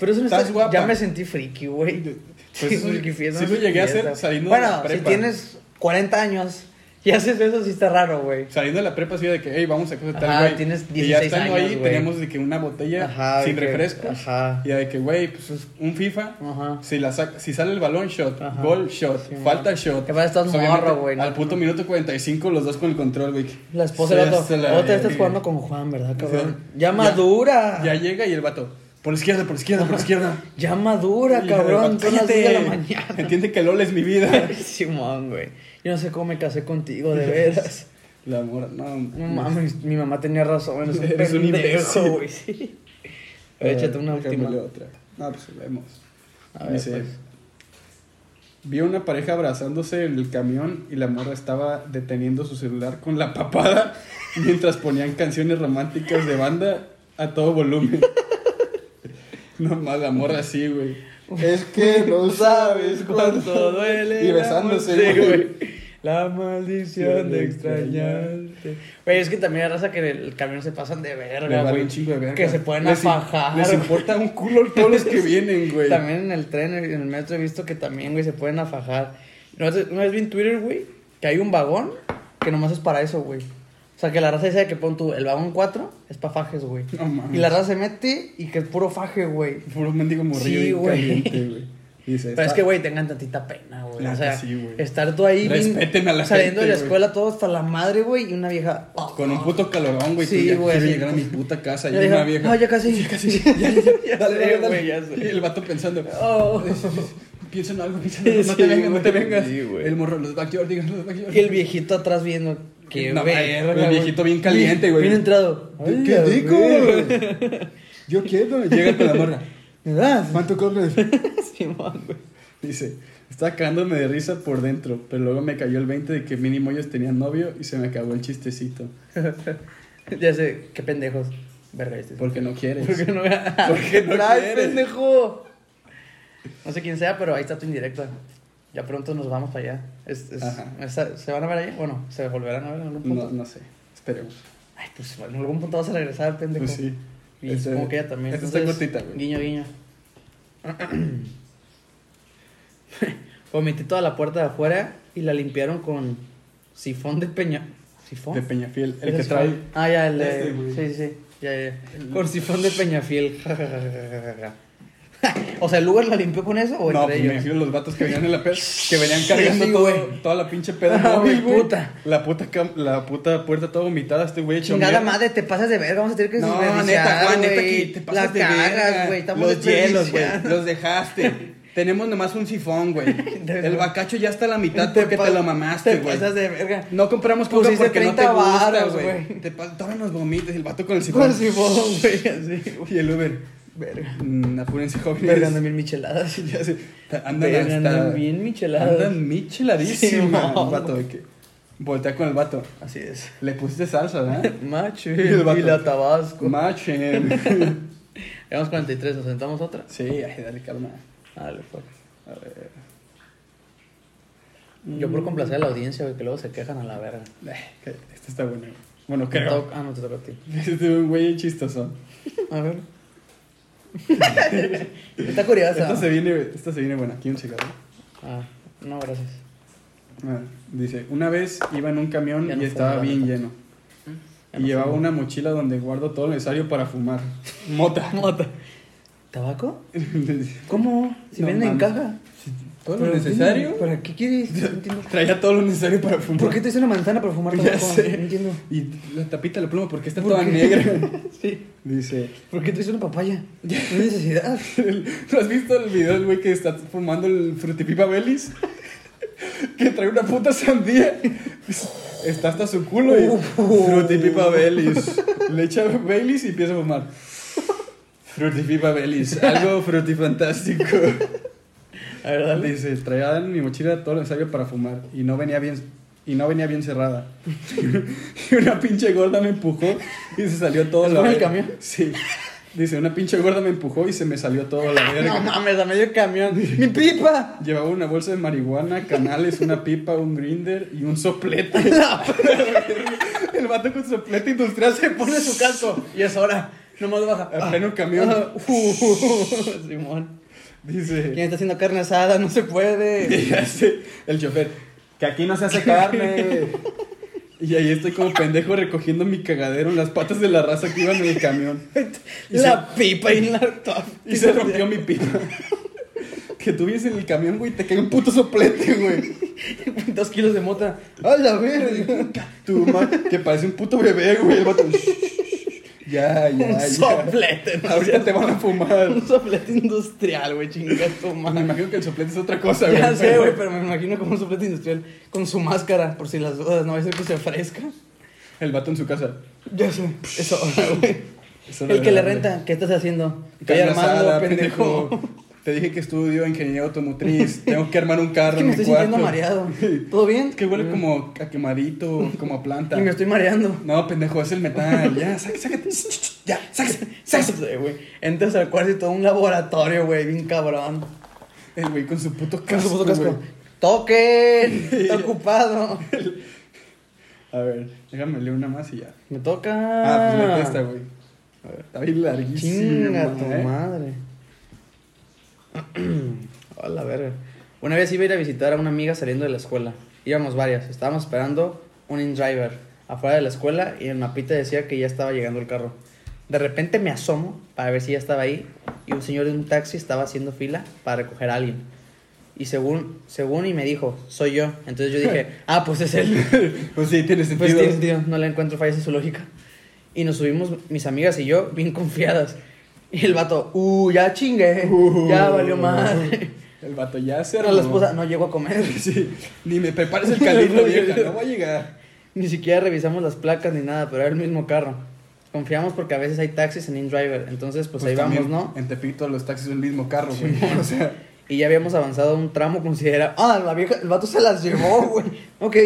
Speaker 2: Pero eso no
Speaker 1: Estás
Speaker 2: está-
Speaker 1: guapa.
Speaker 2: Ya me sentí friki, güey.
Speaker 3: Pues
Speaker 2: Sí,
Speaker 3: eso-
Speaker 2: porque fiesta
Speaker 3: sí
Speaker 2: no
Speaker 3: lo
Speaker 2: es
Speaker 3: llegué a hacer
Speaker 2: fiesta.
Speaker 3: saliendo de
Speaker 2: Bueno,
Speaker 3: la prepa.
Speaker 2: si tienes 40 años y haces eso, sí está raro, güey.
Speaker 3: Saliendo de la prepa así de que, hey, vamos a casa de tal
Speaker 2: Ajá,
Speaker 3: güey.
Speaker 2: tienes
Speaker 3: y ya
Speaker 2: 16
Speaker 3: estando ahí
Speaker 2: años, güey.
Speaker 3: teníamos de que una botella
Speaker 2: Ajá,
Speaker 3: sin
Speaker 2: de que-
Speaker 3: refrescos.
Speaker 2: ajá.
Speaker 3: Y de que, güey, pues es un FIFA.
Speaker 2: Ajá.
Speaker 3: Si, la saca- si sale el balón, shot.
Speaker 2: Ajá.
Speaker 3: Gol, shot.
Speaker 2: Sí,
Speaker 3: falta,
Speaker 2: man.
Speaker 3: shot.
Speaker 2: Que pasa, estás
Speaker 3: Pues, obviamente,
Speaker 2: morro, güey, ¿no?
Speaker 3: Al puto minuto 45, los dos con el control, güey.
Speaker 2: La esposa del
Speaker 3: Sí,
Speaker 2: otro.
Speaker 3: hasta la
Speaker 2: Otra vez
Speaker 3: verga.
Speaker 2: estás jugando con Juan, ¿verdad, cabrón?
Speaker 3: Sí.
Speaker 2: Ya madura.
Speaker 3: Ya llega y el vato, por izquierda, por izquierda, por izquierda.
Speaker 2: Ya madura,
Speaker 3: Y yo,
Speaker 2: cabrón.
Speaker 3: vato,
Speaker 2: Son las 10 de la
Speaker 3: "Cállate,
Speaker 2: mañana.
Speaker 3: Entiende que LOL es mi vida.
Speaker 2: Simón, güey. Yo no sé cómo me casé contigo, de veras.
Speaker 1: La mora, no.
Speaker 2: No mames, mi mamá tenía razón. Eres un
Speaker 1: Eres un
Speaker 2: pendejo,
Speaker 1: imbécil.
Speaker 2: güey. sí. A ver, Échate una
Speaker 1: déjamele
Speaker 2: última.
Speaker 1: Eh, otra. No, pues vemos.
Speaker 2: A ver,
Speaker 1: Dice,
Speaker 2: pues.
Speaker 1: vi a una pareja abrazándose en el camión y la morra estaba deteniendo su celular con la papada mientras ponían canciones románticas de banda a todo volumen. No más la morra así, güey. Es que no sabes
Speaker 2: Cuánto
Speaker 1: cuánto
Speaker 2: duele.
Speaker 1: Y
Speaker 2: el
Speaker 1: besándose,
Speaker 2: amor, sí,
Speaker 1: güey.
Speaker 2: La maldición de extrañarte. Güey, es que también hay raza que en el camión se pasan de
Speaker 1: Le
Speaker 2: verga,
Speaker 1: vale
Speaker 2: güey.
Speaker 1: un chingo de verga.
Speaker 2: Que se pueden
Speaker 1: Les in-
Speaker 2: afajar.
Speaker 1: Les
Speaker 2: güey.
Speaker 1: importa un culo todos los que vienen, güey.
Speaker 2: También en el tren, en el metro he visto que también, güey, se pueden afajar. Una vez, una vez vi en Twitter, güey, que hay un vagón que nomás es para eso, güey. O sea, que la raza dice que pon tú, el vagón 4 es para fajes, güey.
Speaker 1: No mames.
Speaker 2: y la raza se mete y que es puro faje, güey.
Speaker 1: Puro mendigo morrillo
Speaker 2: Sí,
Speaker 1: bien
Speaker 2: güey.
Speaker 1: caliente, güey. Dice,
Speaker 2: Pero es
Speaker 1: "Está-
Speaker 2: que, güey, tengan tantita pena, güey.
Speaker 1: Claro
Speaker 2: o sea,
Speaker 1: que sí, güey.
Speaker 2: estar tú ahí bien-
Speaker 1: Respeten a la
Speaker 2: saliendo de la
Speaker 1: gente, güey.
Speaker 2: escuela todo hasta la madre, güey, y una vieja... oh,
Speaker 1: Con un puto calorón, güey.
Speaker 2: Sí,
Speaker 1: que ya
Speaker 2: güey,
Speaker 1: Quiero
Speaker 2: sí.
Speaker 1: llegar a mi puta casa y
Speaker 2: Ya dijo,
Speaker 1: una vieja.
Speaker 2: "No, ya casi".
Speaker 1: Ya casi. Ya, ya, ya, dale,
Speaker 2: sé,
Speaker 1: dale, dale.
Speaker 2: güey, ya sé.
Speaker 1: Y el vato pensando.
Speaker 2: oh.
Speaker 1: Piensa en algo, piensa en algo. No
Speaker 2: Sí,
Speaker 1: te vengas, no te
Speaker 2: güey.
Speaker 1: vengas.
Speaker 2: Sí, güey.
Speaker 1: el morro, los backyard, digan los backyard.
Speaker 2: Y el viejito atrás viendo que
Speaker 1: No, el viejito bien caliente, güey.
Speaker 2: Bien entrado. Ay,
Speaker 1: ¡Qué
Speaker 2: la
Speaker 1: rico!
Speaker 2: verga.
Speaker 1: Yo quiero. Llega con la morra.
Speaker 2: ¿Me das?
Speaker 1: ¿Cuánto cobras?
Speaker 2: Simón, güey.
Speaker 1: Dice, estaba cagándome de risa por dentro, pero luego me cayó el 20 de que mínimo ellos tenían novio y se me acabó el chistecito.
Speaker 2: Ya sé, qué pendejos. Verga, este.
Speaker 1: Porque no quieres.
Speaker 2: ¿Por qué no
Speaker 1: Porque no
Speaker 2: ¡Ay,
Speaker 1: quieres.
Speaker 2: pendejo! No sé quién sea, pero ahí está tu indirecta. Ya pronto nos vamos para allá. Es- es-
Speaker 1: Ajá.
Speaker 2: esa- ¿Se van a ver allá? Bueno, ¿se volverán a ver en algún punto?
Speaker 1: No, no sé. Esperemos.
Speaker 2: Ay, pues en algún punto vas a regresar, pendejo.
Speaker 1: Pues sí.
Speaker 2: Y
Speaker 1: Este-
Speaker 2: supongo que ella también.
Speaker 1: esta está
Speaker 2: Entonces,
Speaker 1: cortita, güey.
Speaker 2: Guiño, guiño. Omití toda la puerta de afuera y la limpiaron con sifón de peña. ¿Sifón?
Speaker 1: De Peñafiel.
Speaker 2: Ese
Speaker 1: El que
Speaker 2: sí
Speaker 1: trae.
Speaker 2: fue- Ah, ya, el de.
Speaker 1: Este, güey.
Speaker 2: sí, sí, sí. Ya, ya, ya. Con sifón de Peñafiel. o sea, ¿el Uber la limpió con eso o
Speaker 1: No,
Speaker 2: entre
Speaker 1: pues me
Speaker 2: ellos?
Speaker 1: imagino los vatos que venían en la peda, que venían cargando
Speaker 2: Sí,
Speaker 1: todo-
Speaker 2: güey.
Speaker 1: toda la pinche peda
Speaker 2: Ah,
Speaker 1: móvil,
Speaker 2: güey,
Speaker 1: güey.
Speaker 2: puta.
Speaker 1: La puta, cam- la puta puerta toda vomitada, este güey hecho
Speaker 2: Chingada
Speaker 1: mierda.
Speaker 2: madre, te pasas de verga, vamos a tener que
Speaker 1: No,
Speaker 2: supervisar,
Speaker 1: neta, Juan, neta que
Speaker 2: güey.
Speaker 1: te pasas
Speaker 2: La
Speaker 1: de verga.
Speaker 2: cagas, güey, estamos
Speaker 1: Los hielos, güey,
Speaker 2: desperdiciando.
Speaker 1: los dejaste. Tenemos nomás un sifón, güey. El bacacho ya está a la mitad porque
Speaker 2: pa-
Speaker 1: te lo mamaste,
Speaker 2: Te
Speaker 1: güey.
Speaker 2: pasas de verga.
Speaker 1: No compramos coca
Speaker 2: Pusiste
Speaker 1: porque no te
Speaker 2: 30
Speaker 1: gusta,
Speaker 2: varos,
Speaker 1: güey.
Speaker 2: güey.
Speaker 1: Te pa- Todavía nos vomitas el vato con el sifón.
Speaker 2: Con sifón, Pues güey, así.
Speaker 1: Y el Uber.
Speaker 2: Verga.
Speaker 1: Mm, apúrense, jóvenes.
Speaker 2: Verga, andan bien micheladas.
Speaker 1: Ya sé, Andan
Speaker 2: Verga,
Speaker 1: hasta...
Speaker 2: andan bien micheladas.
Speaker 1: Andan micheladísimas.
Speaker 2: Sí, mo.
Speaker 1: el vato de que... Voltea con el vato.
Speaker 2: Así es.
Speaker 1: Le pusiste salsa, ¿verdad?
Speaker 2: Macho
Speaker 1: Y el vato.
Speaker 2: y la Tabasco.
Speaker 1: Machen.
Speaker 2: Llevamos 43, ¿nos sentamos otra?
Speaker 1: sí, ay, dale calma.
Speaker 2: Dale, fuck.
Speaker 1: A ver.
Speaker 2: Yo por complacer a la audiencia, güey, que luego se quejan a la verga.
Speaker 1: Eh, que- Esta está buena. güey. Bueno,
Speaker 2: Te
Speaker 1: creo.
Speaker 2: toca- Ah, no te toca a ti.
Speaker 1: Este es un güey chistoso.
Speaker 2: A ver. Está curiosa.
Speaker 1: Esta se viene, esta se viene buena. Aquí un cigarro.
Speaker 2: Ah, no, gracias.
Speaker 1: Ah, Dice, una vez iba en un camión
Speaker 2: Ya
Speaker 1: y
Speaker 2: no
Speaker 1: estaba
Speaker 2: fumo, la
Speaker 1: bien
Speaker 2: neta.
Speaker 1: lleno.
Speaker 2: Ya
Speaker 1: y
Speaker 2: no
Speaker 1: llevaba
Speaker 2: fumo.
Speaker 1: una mochila donde guardo todo lo necesario para fumar. Mota.
Speaker 2: Mota. ¿Tabaco? ¿Cómo? Si
Speaker 1: No
Speaker 2: venden en
Speaker 1: mames.
Speaker 2: caja.
Speaker 1: ¿Todo lo
Speaker 2: ¿Pero
Speaker 1: necesario?
Speaker 2: entiendo, ¿Para qué quieres? No entiendo.
Speaker 1: Traía todo lo necesario para fumar.
Speaker 2: ¿Por qué te hice una manzana para fumar
Speaker 1: Ya
Speaker 2: tabaco?
Speaker 1: sé.
Speaker 2: No entiendo.
Speaker 1: Y la tapita de la pluma, porque está
Speaker 2: ¿Por
Speaker 1: toda
Speaker 2: qué?
Speaker 1: negra?
Speaker 2: Sí.
Speaker 1: Dice,
Speaker 2: ¿Por qué te hice una papaya? No hay necesidad.
Speaker 1: ¿no has visto el video del güey que está fumando el frutipipa belis? Que trae una puta sandía. Está hasta su culo y frutipipa belis. Le echa belis y empieza a fumar. Frutipipa belis, algo frutifantástico.
Speaker 2: La verdad.
Speaker 1: Dice, traía en mi mochila todo lo necesario para fumar y no venía bien y no venía bien cerrada. y una pinche gorda me empujó y se salió todo
Speaker 2: ¿Es
Speaker 1: la
Speaker 2: con el
Speaker 1: verga.
Speaker 2: camión?
Speaker 1: Sí. Dice, una pinche gorda me empujó y se me salió todo la verga.
Speaker 2: No mames, a medio camión. ¡Mi pipa!
Speaker 1: Llevaba una bolsa de marihuana, canales, una pipa, un grinder y un soplete. el vato con soplete industrial se pone su casco.
Speaker 2: Ah, Y es hora. Nomás baja.
Speaker 1: A pleno camión.
Speaker 2: Uh, Simón.
Speaker 1: Dice.
Speaker 2: ¿Quién está haciendo carne asada? No se puede.
Speaker 1: Y hace el chofer, que aquí no se hace carne. Y ahí estoy como pendejo recogiendo mi cagadero en las patas de la raza que iba en el camión. Y se-
Speaker 2: la pipa y la top.
Speaker 1: Y se rompió mi pipa. Que tú vienes en el camión, güey, te cae un puto soplete, güey.
Speaker 2: Dos kilos de mota. ¡A la verga!
Speaker 1: Tu ma- que parece un puto bebé, güey. El vato, "Shh, shh, shh". Ya, ya,
Speaker 2: Un
Speaker 1: ya.
Speaker 2: soplete, ¿no?
Speaker 1: Ahorita te van a fumar.
Speaker 2: Un soplete industrial, güey, chinga tu
Speaker 1: Me
Speaker 2: madre.
Speaker 1: imagino que el soplete es otra cosa, güey.
Speaker 2: Ya sé, güey, pero me imagino como un soplete industrial con su máscara, por si las dudas, no va a ser que se ofrezca.
Speaker 1: El vato en su casa.
Speaker 2: Ya sé, eso, güey.
Speaker 1: Eso no
Speaker 2: El que le
Speaker 1: era, güey.
Speaker 2: renta, ¿qué estás haciendo? Estoy
Speaker 1: Carne asada,
Speaker 2: armando, pendejo.
Speaker 1: pendejo. Te dije que estudio ingeniería automotriz. Tengo que armar un
Speaker 2: Es
Speaker 1: carro
Speaker 2: que me estoy
Speaker 1: en mi
Speaker 2: sintiendo
Speaker 1: cuarto.
Speaker 2: mareado. ¿Todo bien?
Speaker 1: Es que huele como a quemadito, como a planta.
Speaker 2: Y me estoy mareando.
Speaker 1: No, pendejo, es el metal. Ya, sácate, sácate. Ya, sácate, sácate.
Speaker 2: Sí, güey. Entras al cuarto y todo un laboratorio, güey, bien cabrón.
Speaker 1: El güey con su puto
Speaker 2: Con
Speaker 1: casco.
Speaker 2: su puto casco.
Speaker 1: güey.
Speaker 2: ¡Toquen! Está ocupado.
Speaker 1: A ver, déjame leer una más y ya.
Speaker 2: Me toca.
Speaker 1: Ah, pues mete esta, güey. A ver, está bien larguísima.
Speaker 2: Chinga tu
Speaker 1: eh.
Speaker 2: madre. a la verga. Una vez iba a ir a visitar a una amiga saliendo de la escuela. Íbamos varias. Estábamos esperando un in-driver afuera de la escuela y el mapita decía que ya estaba llegando el carro. De repente me asomo para ver si ya estaba ahí y un señor de un taxi estaba haciendo fila para recoger a alguien. Y según, según y me dijo, soy yo. Entonces yo dije, ah, pues es él.
Speaker 1: Pues sí, tiene
Speaker 2: Pues
Speaker 1: sentido.
Speaker 2: tío, tío, no le encuentro fallas en su lógica. Y nos subimos, mis amigas y yo, bien confiadas. Y el vato, uh, ya chingué,
Speaker 1: Uh.
Speaker 2: ya valió madre.
Speaker 1: El vato ya se
Speaker 2: Pero la esposa no llegó a comer.
Speaker 1: Sí, ni me prepares el calibre, vieja. No va a llegar.
Speaker 2: Ni siquiera revisamos las placas ni nada, pero era el mismo carro. Confiamos porque a veces hay taxis en InDriver, entonces pues, ahí vamos,
Speaker 1: también,
Speaker 2: ¿no?
Speaker 1: En Tepito los taxis son el mismo carro, güey. O sea,
Speaker 2: Y ya habíamos avanzado un tramo considerable. Ah, la vieja, el vato se las llevó, güey. Ok.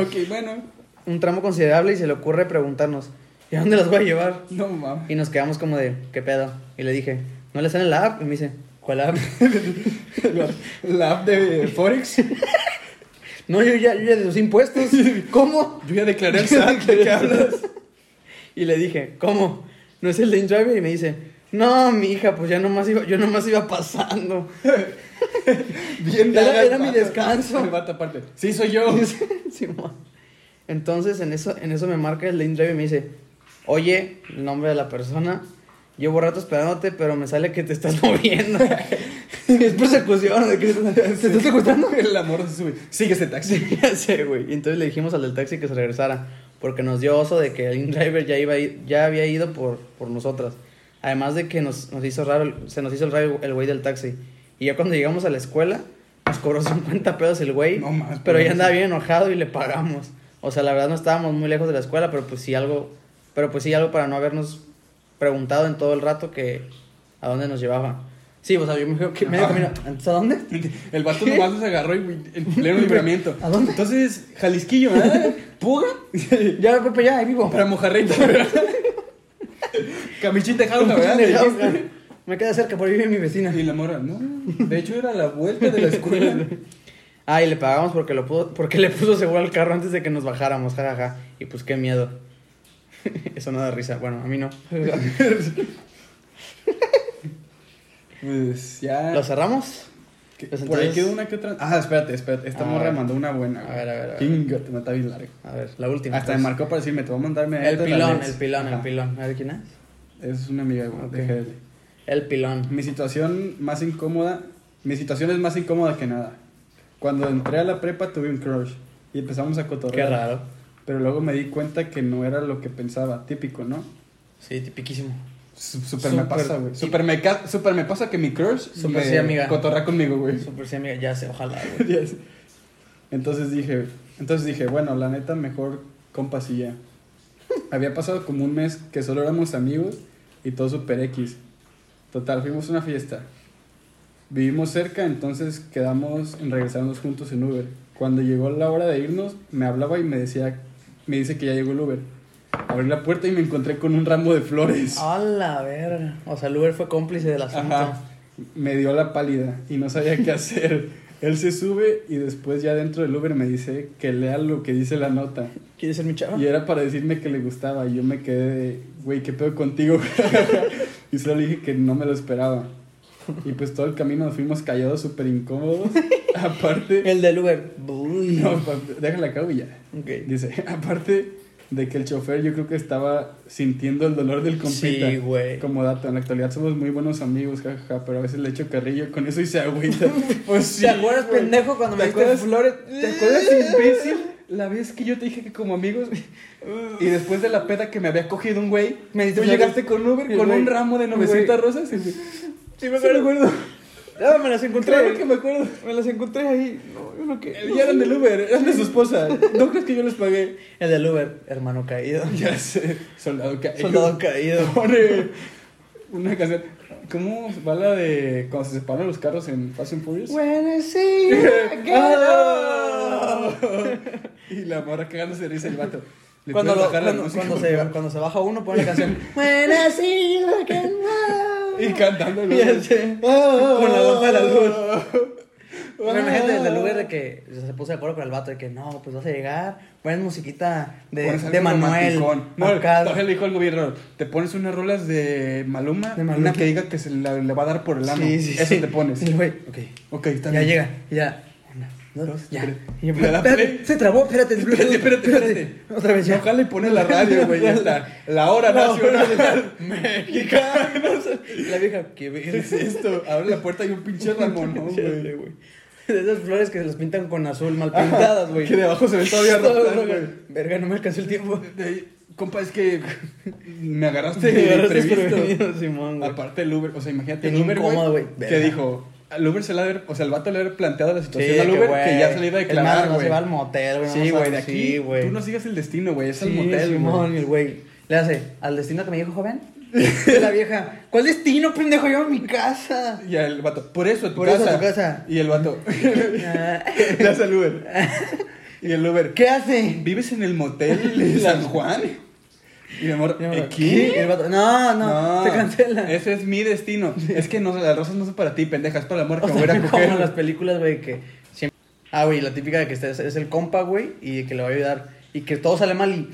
Speaker 1: ok, bueno.
Speaker 2: Un tramo considerable y se le ocurre preguntarnos, ¿y a dónde las voy a llevar?
Speaker 1: No mames.
Speaker 2: Y nos quedamos como de, ¿qué pedo? Y le dije, ¿no le sale la app? Y me dice, ¿cuál app?
Speaker 1: La app de Forex.
Speaker 2: no, yo ya, yo ya de los impuestos. ¿Cómo?
Speaker 1: Yo ya declaré el SAT. ¿De qué hablas?
Speaker 2: Y le dije, ¿cómo? ¿No es el de InDriver? Y me dice, no, mi hija, pues ya nomás iba, yo nomás iba pasando.
Speaker 1: Bien,
Speaker 2: Era-
Speaker 1: daga el
Speaker 2: era mi
Speaker 1: vato.
Speaker 2: descanso.
Speaker 1: El vato aparte. Sí, soy yo.
Speaker 2: Simón. Entonces en eso, en eso me marca el de InDriver y me dice, oye, el nombre de la persona, llevo rato esperándote, pero me sale que te estás moviendo. es persecución, ¿de qué estás- ¿te estás secuestrando?
Speaker 1: El amor se sube. Sigue ese taxi.
Speaker 2: Sí, ya sé, güey. Y entonces le dijimos al del taxi que se regresara. Porque nos dio oso de que el in-driver ya, iba a ir- ya había ido por, por nosotras. Además de que nos, nos hizo raro, el- se nos hizo el raro el güey del taxi. Y ya cuando llegamos a la escuela, nos cobró 50 pedos el güey.
Speaker 1: No más,
Speaker 2: pero
Speaker 1: pero
Speaker 2: ya andaba
Speaker 1: sí.
Speaker 2: bien enojado y le pagamos. O sea, la verdad no estábamos muy lejos de la escuela, pero pues sí algo, pero pues sí algo para no habernos preguntado en todo el rato que a dónde nos llevaba. Sí, o sea, yo me dijo que medio
Speaker 1: Ajá.
Speaker 2: camino. ¿Entonces a dónde?
Speaker 1: El vato nomás se agarró y güey, en pleno libramiento.
Speaker 2: ¿A dónde?
Speaker 1: Entonces, Jalisquillo, ¿verdad? ¿Puga?
Speaker 2: Ya, Pepe, ya, ahí vivo.
Speaker 1: Para mojarrita, ¿verdad? Camichita jaula, ¿verdad? Le dijiste.
Speaker 2: Me queda cerca, por ahí vive mi vecina.
Speaker 1: Y la morra, no. De hecho, era la vuelta de la escuela.
Speaker 2: Ah, y le pagamos porque, lo pudo, porque le puso seguro al carro antes de que nos bajáramos, jajaja. Y pues qué miedo. Eso no da risa. Bueno, a mí no.
Speaker 1: Pues ya.
Speaker 2: ¿Lo cerramos?
Speaker 1: que-
Speaker 2: pues,
Speaker 1: por ahí
Speaker 2: entonces-
Speaker 1: quedó una que otra. Ah, espérate, espérate. Esta
Speaker 2: A
Speaker 1: morra
Speaker 2: ver.
Speaker 1: mandó una buena.
Speaker 2: A ver, a ver, a ver.
Speaker 1: Chinga, te mata bien largo.
Speaker 2: A ver, la última.
Speaker 1: Hasta me
Speaker 2: pues.
Speaker 1: marcó para decirme, te voy a mandarme
Speaker 2: El pilón, el pilón, el pilón. A ver quién es.
Speaker 1: Es una amiga, güey.
Speaker 2: Ok.
Speaker 1: de GL.
Speaker 2: El pilón.
Speaker 1: Mi situación más incómoda, mi situación es más incómoda que nada. Cuando entré a la prepa tuve un crush y empezamos a
Speaker 2: Qué
Speaker 1: cotorrear.
Speaker 2: raro.
Speaker 1: Pero luego me di cuenta que no era lo que pensaba, típico, ¿no?
Speaker 2: Sí, tipiquísimo.
Speaker 1: Su- Super, me
Speaker 2: Súper
Speaker 1: pasa, güey.
Speaker 2: tip-
Speaker 1: Super me, ca- super me pasa que mi crush
Speaker 2: Súper
Speaker 1: me
Speaker 2: sí, amiga.
Speaker 1: cotorra conmigo, güey.
Speaker 2: Súper sí, amiga. Ya sé, ojalá, güey.
Speaker 1: Ya sé. entonces dije, entonces dije, bueno, la neta mejor compas y ya. Había pasado como un mes que solo éramos amigos y todo super X. Total, fuimos a una fiesta. Vivimos cerca, entonces quedamos en regresarnos juntos en Uber. Cuando llegó la hora de irnos, me hablaba y me decía, me dice que ya llegó el Uber. Abrí la puerta y me encontré con un ramo de flores.
Speaker 2: A la verga. O sea, el Uber fue cómplice del asunto.
Speaker 1: Ajá. Me dio la pálida y no sabía qué hacer. Él se sube y después ya dentro del Uber me dice que lea lo que dice la nota.
Speaker 2: ¿Quieres ser mi chava?
Speaker 1: Y era para decirme que le gustaba. Y yo me quedé, de, güey, ¿qué pedo contigo? y solo le dije que no me lo esperaba. Y pues todo el camino nos fuimos callados, súper incómodos. Aparte,
Speaker 2: El del Uber. Uy.
Speaker 1: no, pa- déjala acá y ya.
Speaker 2: Ok.
Speaker 1: Dice, aparte de que el chofer yo creo que estaba sintiendo el dolor del compita.
Speaker 2: Sí, güey.
Speaker 1: Como dato, en la actualidad somos muy buenos amigos, jajaja, pero a veces le echo carrillo con eso y se agüita. pues sí.
Speaker 2: ¿Te acuerdas,
Speaker 1: güey.
Speaker 2: pendejo, cuando me
Speaker 1: ¿Te
Speaker 2: diste
Speaker 1: acuerdas,
Speaker 2: flores?
Speaker 1: ¿Te acuerdas, imbécil? La vez que yo te dije que como amigos y después de la peda que me había cogido un güey,
Speaker 2: Me
Speaker 1: tú
Speaker 2: diste flores.
Speaker 1: llegaste con Uber
Speaker 2: Sí,
Speaker 1: con
Speaker 2: güey.
Speaker 1: un ramo de 900 rosas y
Speaker 2: Sí, me acuerdo. Ah, me las encontré.
Speaker 1: Claro que me acuerdo.
Speaker 2: Me las encontré ahí. No, yo no que.
Speaker 1: Ya eran del Uber, eran de su esposa. ¿No crees que yo les pagué?
Speaker 2: El del Uber, hermano caído.
Speaker 1: Ya sé, soldado caído.
Speaker 2: Soldado caído.
Speaker 1: Pone una canción. ¿Cómo va la de cuando se separan los carros en Fast and Furious?
Speaker 2: When I see you again.
Speaker 1: ¡Ah! y la morra cagándose de risa el vato. ¿Le
Speaker 2: Cuando,
Speaker 1: puedes
Speaker 2: lo-
Speaker 1: bajar la
Speaker 2: cuando,
Speaker 1: música,
Speaker 2: cuando
Speaker 1: por
Speaker 2: se,
Speaker 1: favor?
Speaker 2: cuando se baja uno, pone la canción. When I see you again. wow.
Speaker 1: Y cantando el
Speaker 2: Ya
Speaker 1: Uber.
Speaker 2: sé.
Speaker 1: Con
Speaker 2: Con la voz de la luz. Pero imagínate
Speaker 1: gente
Speaker 2: el del Uber de que se puso de acuerdo con el vato de que no, pues vas a llegar, pones musiquita de,
Speaker 1: Pones algo
Speaker 2: de Manuel.
Speaker 1: romanticón. No,
Speaker 2: acá.
Speaker 1: todavía le dijo algo bien raro. Te pones unas rolas de Maluma,
Speaker 2: De Maluma.
Speaker 1: una que diga que se la- le va a dar por el ano.
Speaker 2: Sí, sí,
Speaker 1: Eso
Speaker 2: sí.
Speaker 1: te pones.
Speaker 2: Y el güey, ok.
Speaker 1: Ok, está
Speaker 2: Ya
Speaker 1: bien.
Speaker 2: llega, ya. Una, dos,
Speaker 1: Dos,
Speaker 2: ya.
Speaker 1: tres.
Speaker 2: Y yo,
Speaker 1: Le da
Speaker 2: espérate,
Speaker 1: play.
Speaker 2: se trabó, espérate, el
Speaker 1: Espérate,
Speaker 2: Bluetooth,
Speaker 1: espérate, espérate.
Speaker 2: Otra vez ya.
Speaker 1: Ojalá y pone la radio, güey. Ya está. La hora
Speaker 2: La hora
Speaker 1: nacional mexicana.
Speaker 2: La vieja, qué
Speaker 1: ¿Qué es
Speaker 2: verga.
Speaker 1: esto? Abre la puerta y un pinche Ramón, ¿no,
Speaker 2: Ya sé,
Speaker 1: güey?
Speaker 2: güey. De esas flores que se las pintan con azul mal pintadas, güey.
Speaker 1: Que de abajo se ve todavía
Speaker 2: Todo
Speaker 1: rojas,
Speaker 2: rojo.
Speaker 1: güey.
Speaker 2: Verga, no me alcanzó el tiempo.
Speaker 1: De ahí, Compa, es que me agarraste
Speaker 2: Me agarraste
Speaker 1: de imprevisto.
Speaker 2: desprevenido, Simón, güey.
Speaker 1: Aparte el Uber, o sea, imagínate
Speaker 2: Qué
Speaker 1: el Uber,
Speaker 2: incómodo,
Speaker 1: güey,
Speaker 2: güey.
Speaker 1: que
Speaker 2: Verga.
Speaker 1: dijo, al Uber se le ha de haber- o sea, el vato le ha de haber planteado la situación
Speaker 2: Sí,
Speaker 1: al
Speaker 2: que,
Speaker 1: Uber que,
Speaker 2: güey,
Speaker 1: ya se le iba a
Speaker 2: el man
Speaker 1: declarar,
Speaker 2: No se
Speaker 1: güey.
Speaker 2: va al motel, güey.
Speaker 1: Sí,
Speaker 2: no
Speaker 1: güey, de
Speaker 2: sabe-
Speaker 1: aquí,
Speaker 2: sí, güey.
Speaker 1: tú no sigas el destino, güey, es
Speaker 2: Sí,
Speaker 1: al motel,
Speaker 2: Simón,
Speaker 1: güey.
Speaker 2: y el güey. Le hace, al destino que me dijo joven. Y la vieja, ¿cuál destino, pendejo? Yo a mi casa.
Speaker 1: Y el vato, por eso a tu
Speaker 2: Por
Speaker 1: casa.
Speaker 2: eso a tu casa.
Speaker 1: Y el vato,
Speaker 2: Ah,
Speaker 1: le hace al Uber. Y el Uber,
Speaker 2: ¿Qué hace?
Speaker 1: ¿Vives en el motel de San Juan? Y mi amor, ¿eh,
Speaker 2: ¿Qué? Y el
Speaker 1: ¿qué?
Speaker 2: vato, no, no, te cancela.
Speaker 1: Ese es mi destino. Es que no, las rosas no son para ti, pendeja, es para el amor que
Speaker 2: O
Speaker 1: me voy a ir
Speaker 2: sea,
Speaker 1: a
Speaker 2: como en las
Speaker 1: coger.
Speaker 2: películas, güey, que siempre... Ah, güey, la típica de que este es, es el compa, güey, y que le va a ayudar. Y que todo sale mal y...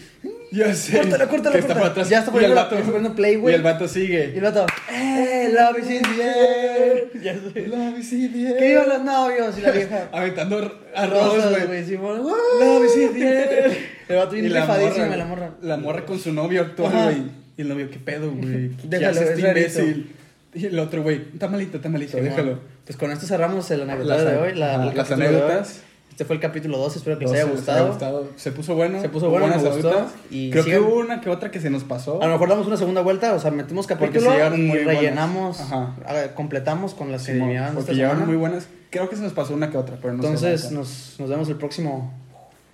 Speaker 1: Ya sé.
Speaker 2: Córtala, córtala,
Speaker 1: Que está
Speaker 2: córtala.
Speaker 1: para atrás.
Speaker 2: Ya está
Speaker 1: Y
Speaker 2: poniendo
Speaker 1: el
Speaker 2: la-
Speaker 1: vato-
Speaker 2: está poniendo play, güey.
Speaker 1: Y el vato
Speaker 2: Y el
Speaker 1: sigue.
Speaker 2: vato... ¡Eh, love is in the air". Ya sé.
Speaker 1: Love is in the air.
Speaker 2: ¿Qué iban los novios? Y la vieja...
Speaker 1: Aventando ar-
Speaker 2: Rosas,
Speaker 1: arroz, güey.
Speaker 2: güey. Simón, ¡wow!
Speaker 1: Love is in the air.
Speaker 2: El vato bien
Speaker 1: Y la
Speaker 2: rifadísimo,
Speaker 1: morra,
Speaker 2: la morra.
Speaker 1: La morra con su novio actual,
Speaker 2: Ajá.
Speaker 1: güey. Y el novio, ¿qué pedo, güey? Ya
Speaker 2: Déjalo,
Speaker 1: sé,
Speaker 2: es
Speaker 1: este
Speaker 2: rarito.
Speaker 1: imbécil. Y el otro, güey, está malito, está malito,
Speaker 2: Simón.
Speaker 1: déjalo.
Speaker 2: Pues con esto cerramos el anecdotario
Speaker 1: Las-
Speaker 2: de hoy. la-
Speaker 1: ajá,
Speaker 2: el
Speaker 1: las
Speaker 2: capítulo de hoy.
Speaker 1: anécdotas.
Speaker 2: Este fue el capítulo 2, espero que les
Speaker 1: Entonces,
Speaker 2: haya gustado.
Speaker 1: Se puso bueno.
Speaker 2: Se puso
Speaker 1: hubo
Speaker 2: bueno,
Speaker 1: buenas
Speaker 2: me gustó.
Speaker 1: anécdotas.
Speaker 2: Y
Speaker 1: Creo
Speaker 2: sigan- Ah,
Speaker 1: que hubo una que otra que se nos pasó.
Speaker 2: A lo mejor damos una segunda vuelta, o sea, metimos
Speaker 1: Porque se
Speaker 2: capítulo
Speaker 1: llegaron
Speaker 2: y
Speaker 1: muy buenas.
Speaker 2: rellenamos,
Speaker 1: Ajá.
Speaker 2: ah, completamos con las que
Speaker 1: Simón,
Speaker 2: llegaban esta
Speaker 1: porque llegaron
Speaker 2: semana.
Speaker 1: muy buenas. Creo que se nos pasó una que otra, pero no sé
Speaker 2: Entonces
Speaker 1: ahorita.
Speaker 2: nos, nos vemos el próximo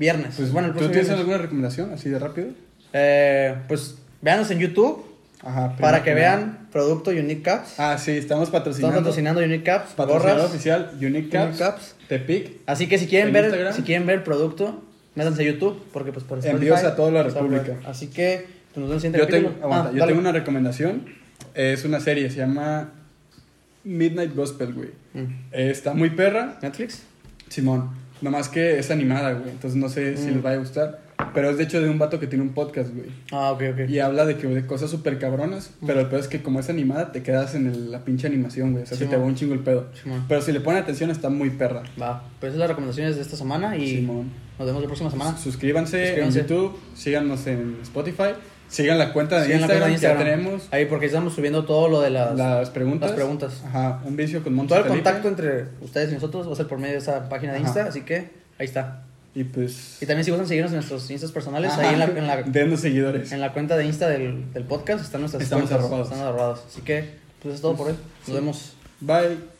Speaker 2: viernes.
Speaker 1: Pues
Speaker 2: bueno,
Speaker 1: bueno,
Speaker 2: el
Speaker 1: ¿tú
Speaker 2: próximo
Speaker 1: tienes
Speaker 2: viernes.
Speaker 1: alguna recomendación así de rápido?
Speaker 2: Eh, pues véanos en YouTube
Speaker 1: Ajá.
Speaker 2: para
Speaker 1: primero
Speaker 2: que
Speaker 1: nada.
Speaker 2: vean producto Unique Caps.
Speaker 1: Ah, sí, estamos
Speaker 2: Estamos
Speaker 1: patrocinando.
Speaker 2: patrocinando Unique Caps,
Speaker 1: Patrocinador
Speaker 2: gorras,
Speaker 1: oficial Unique
Speaker 2: Unique
Speaker 1: Caps,
Speaker 2: Caps.
Speaker 1: Tepic.
Speaker 2: Así que si quieren
Speaker 1: En
Speaker 2: ver,
Speaker 1: Instagram.
Speaker 2: si quieren ver el producto, métanse a YouTube porque pues por
Speaker 1: Envíos
Speaker 2: Spotify
Speaker 1: a toda la
Speaker 2: no se va a
Speaker 1: República.
Speaker 2: poder. Así que pues, nos vemos en el
Speaker 1: Yo
Speaker 2: siguiente
Speaker 1: tengo,
Speaker 2: capítulo.
Speaker 1: aguanta,
Speaker 2: Ah,
Speaker 1: yo
Speaker 2: dale.
Speaker 1: tengo una recomendación. Es una serie, se llama Midnight Gospel, güey.
Speaker 2: Mm.
Speaker 1: Eh, Está muy perra.
Speaker 2: Netflix.
Speaker 1: Simón. Nomás que es animada, güey. Entonces no sé si
Speaker 2: Mm.
Speaker 1: les vaya a gustar. Pero es de hecho de un vato que tiene un podcast, güey.
Speaker 2: Ah, ok, ok.
Speaker 1: Y habla de que de cosas súper cabronas.
Speaker 2: Mm.
Speaker 1: Pero el pedo es que como es animada, te quedas en el- la pinche animación, güey. O sea, se te
Speaker 2: Simón.
Speaker 1: va un chingo el pedo.
Speaker 2: Simón.
Speaker 1: Pero si le ponen atención, está muy perra.
Speaker 2: Va, pues esas son las recomendaciones de esta semana y
Speaker 1: Simón.
Speaker 2: nos vemos la próxima semana.
Speaker 1: Suscríbanse,
Speaker 2: Suscríbanse.
Speaker 1: en YouTube, síganos en Spotify, sigan la cuenta de,
Speaker 2: Sigan la
Speaker 1: Instagram,
Speaker 2: cuenta de Instagram.
Speaker 1: que ya tenemos.
Speaker 2: Ahí porque estamos subiendo todo lo de las...
Speaker 1: Las preguntas.
Speaker 2: las preguntas.
Speaker 1: Ajá, un vicio con
Speaker 2: todo
Speaker 1: Montes
Speaker 2: el
Speaker 1: Felipe.
Speaker 2: contacto entre ustedes y nosotros va a ser por medio de esa página de
Speaker 1: Ajá.
Speaker 2: Insta, así que ahí está.
Speaker 1: Y pues.
Speaker 2: Y también si gustan seguirnos en nuestros Instas personales,
Speaker 1: ajá,
Speaker 2: ahí en la, en, la,
Speaker 1: Denos seguidores.
Speaker 2: en la cuenta de Insta del, del podcast están nuestras
Speaker 1: Estamos
Speaker 2: cuentas,
Speaker 1: arrobados. Pues,
Speaker 2: Están arrobados. Así que, pues es todo por hoy. Nos vemos.
Speaker 1: Bye.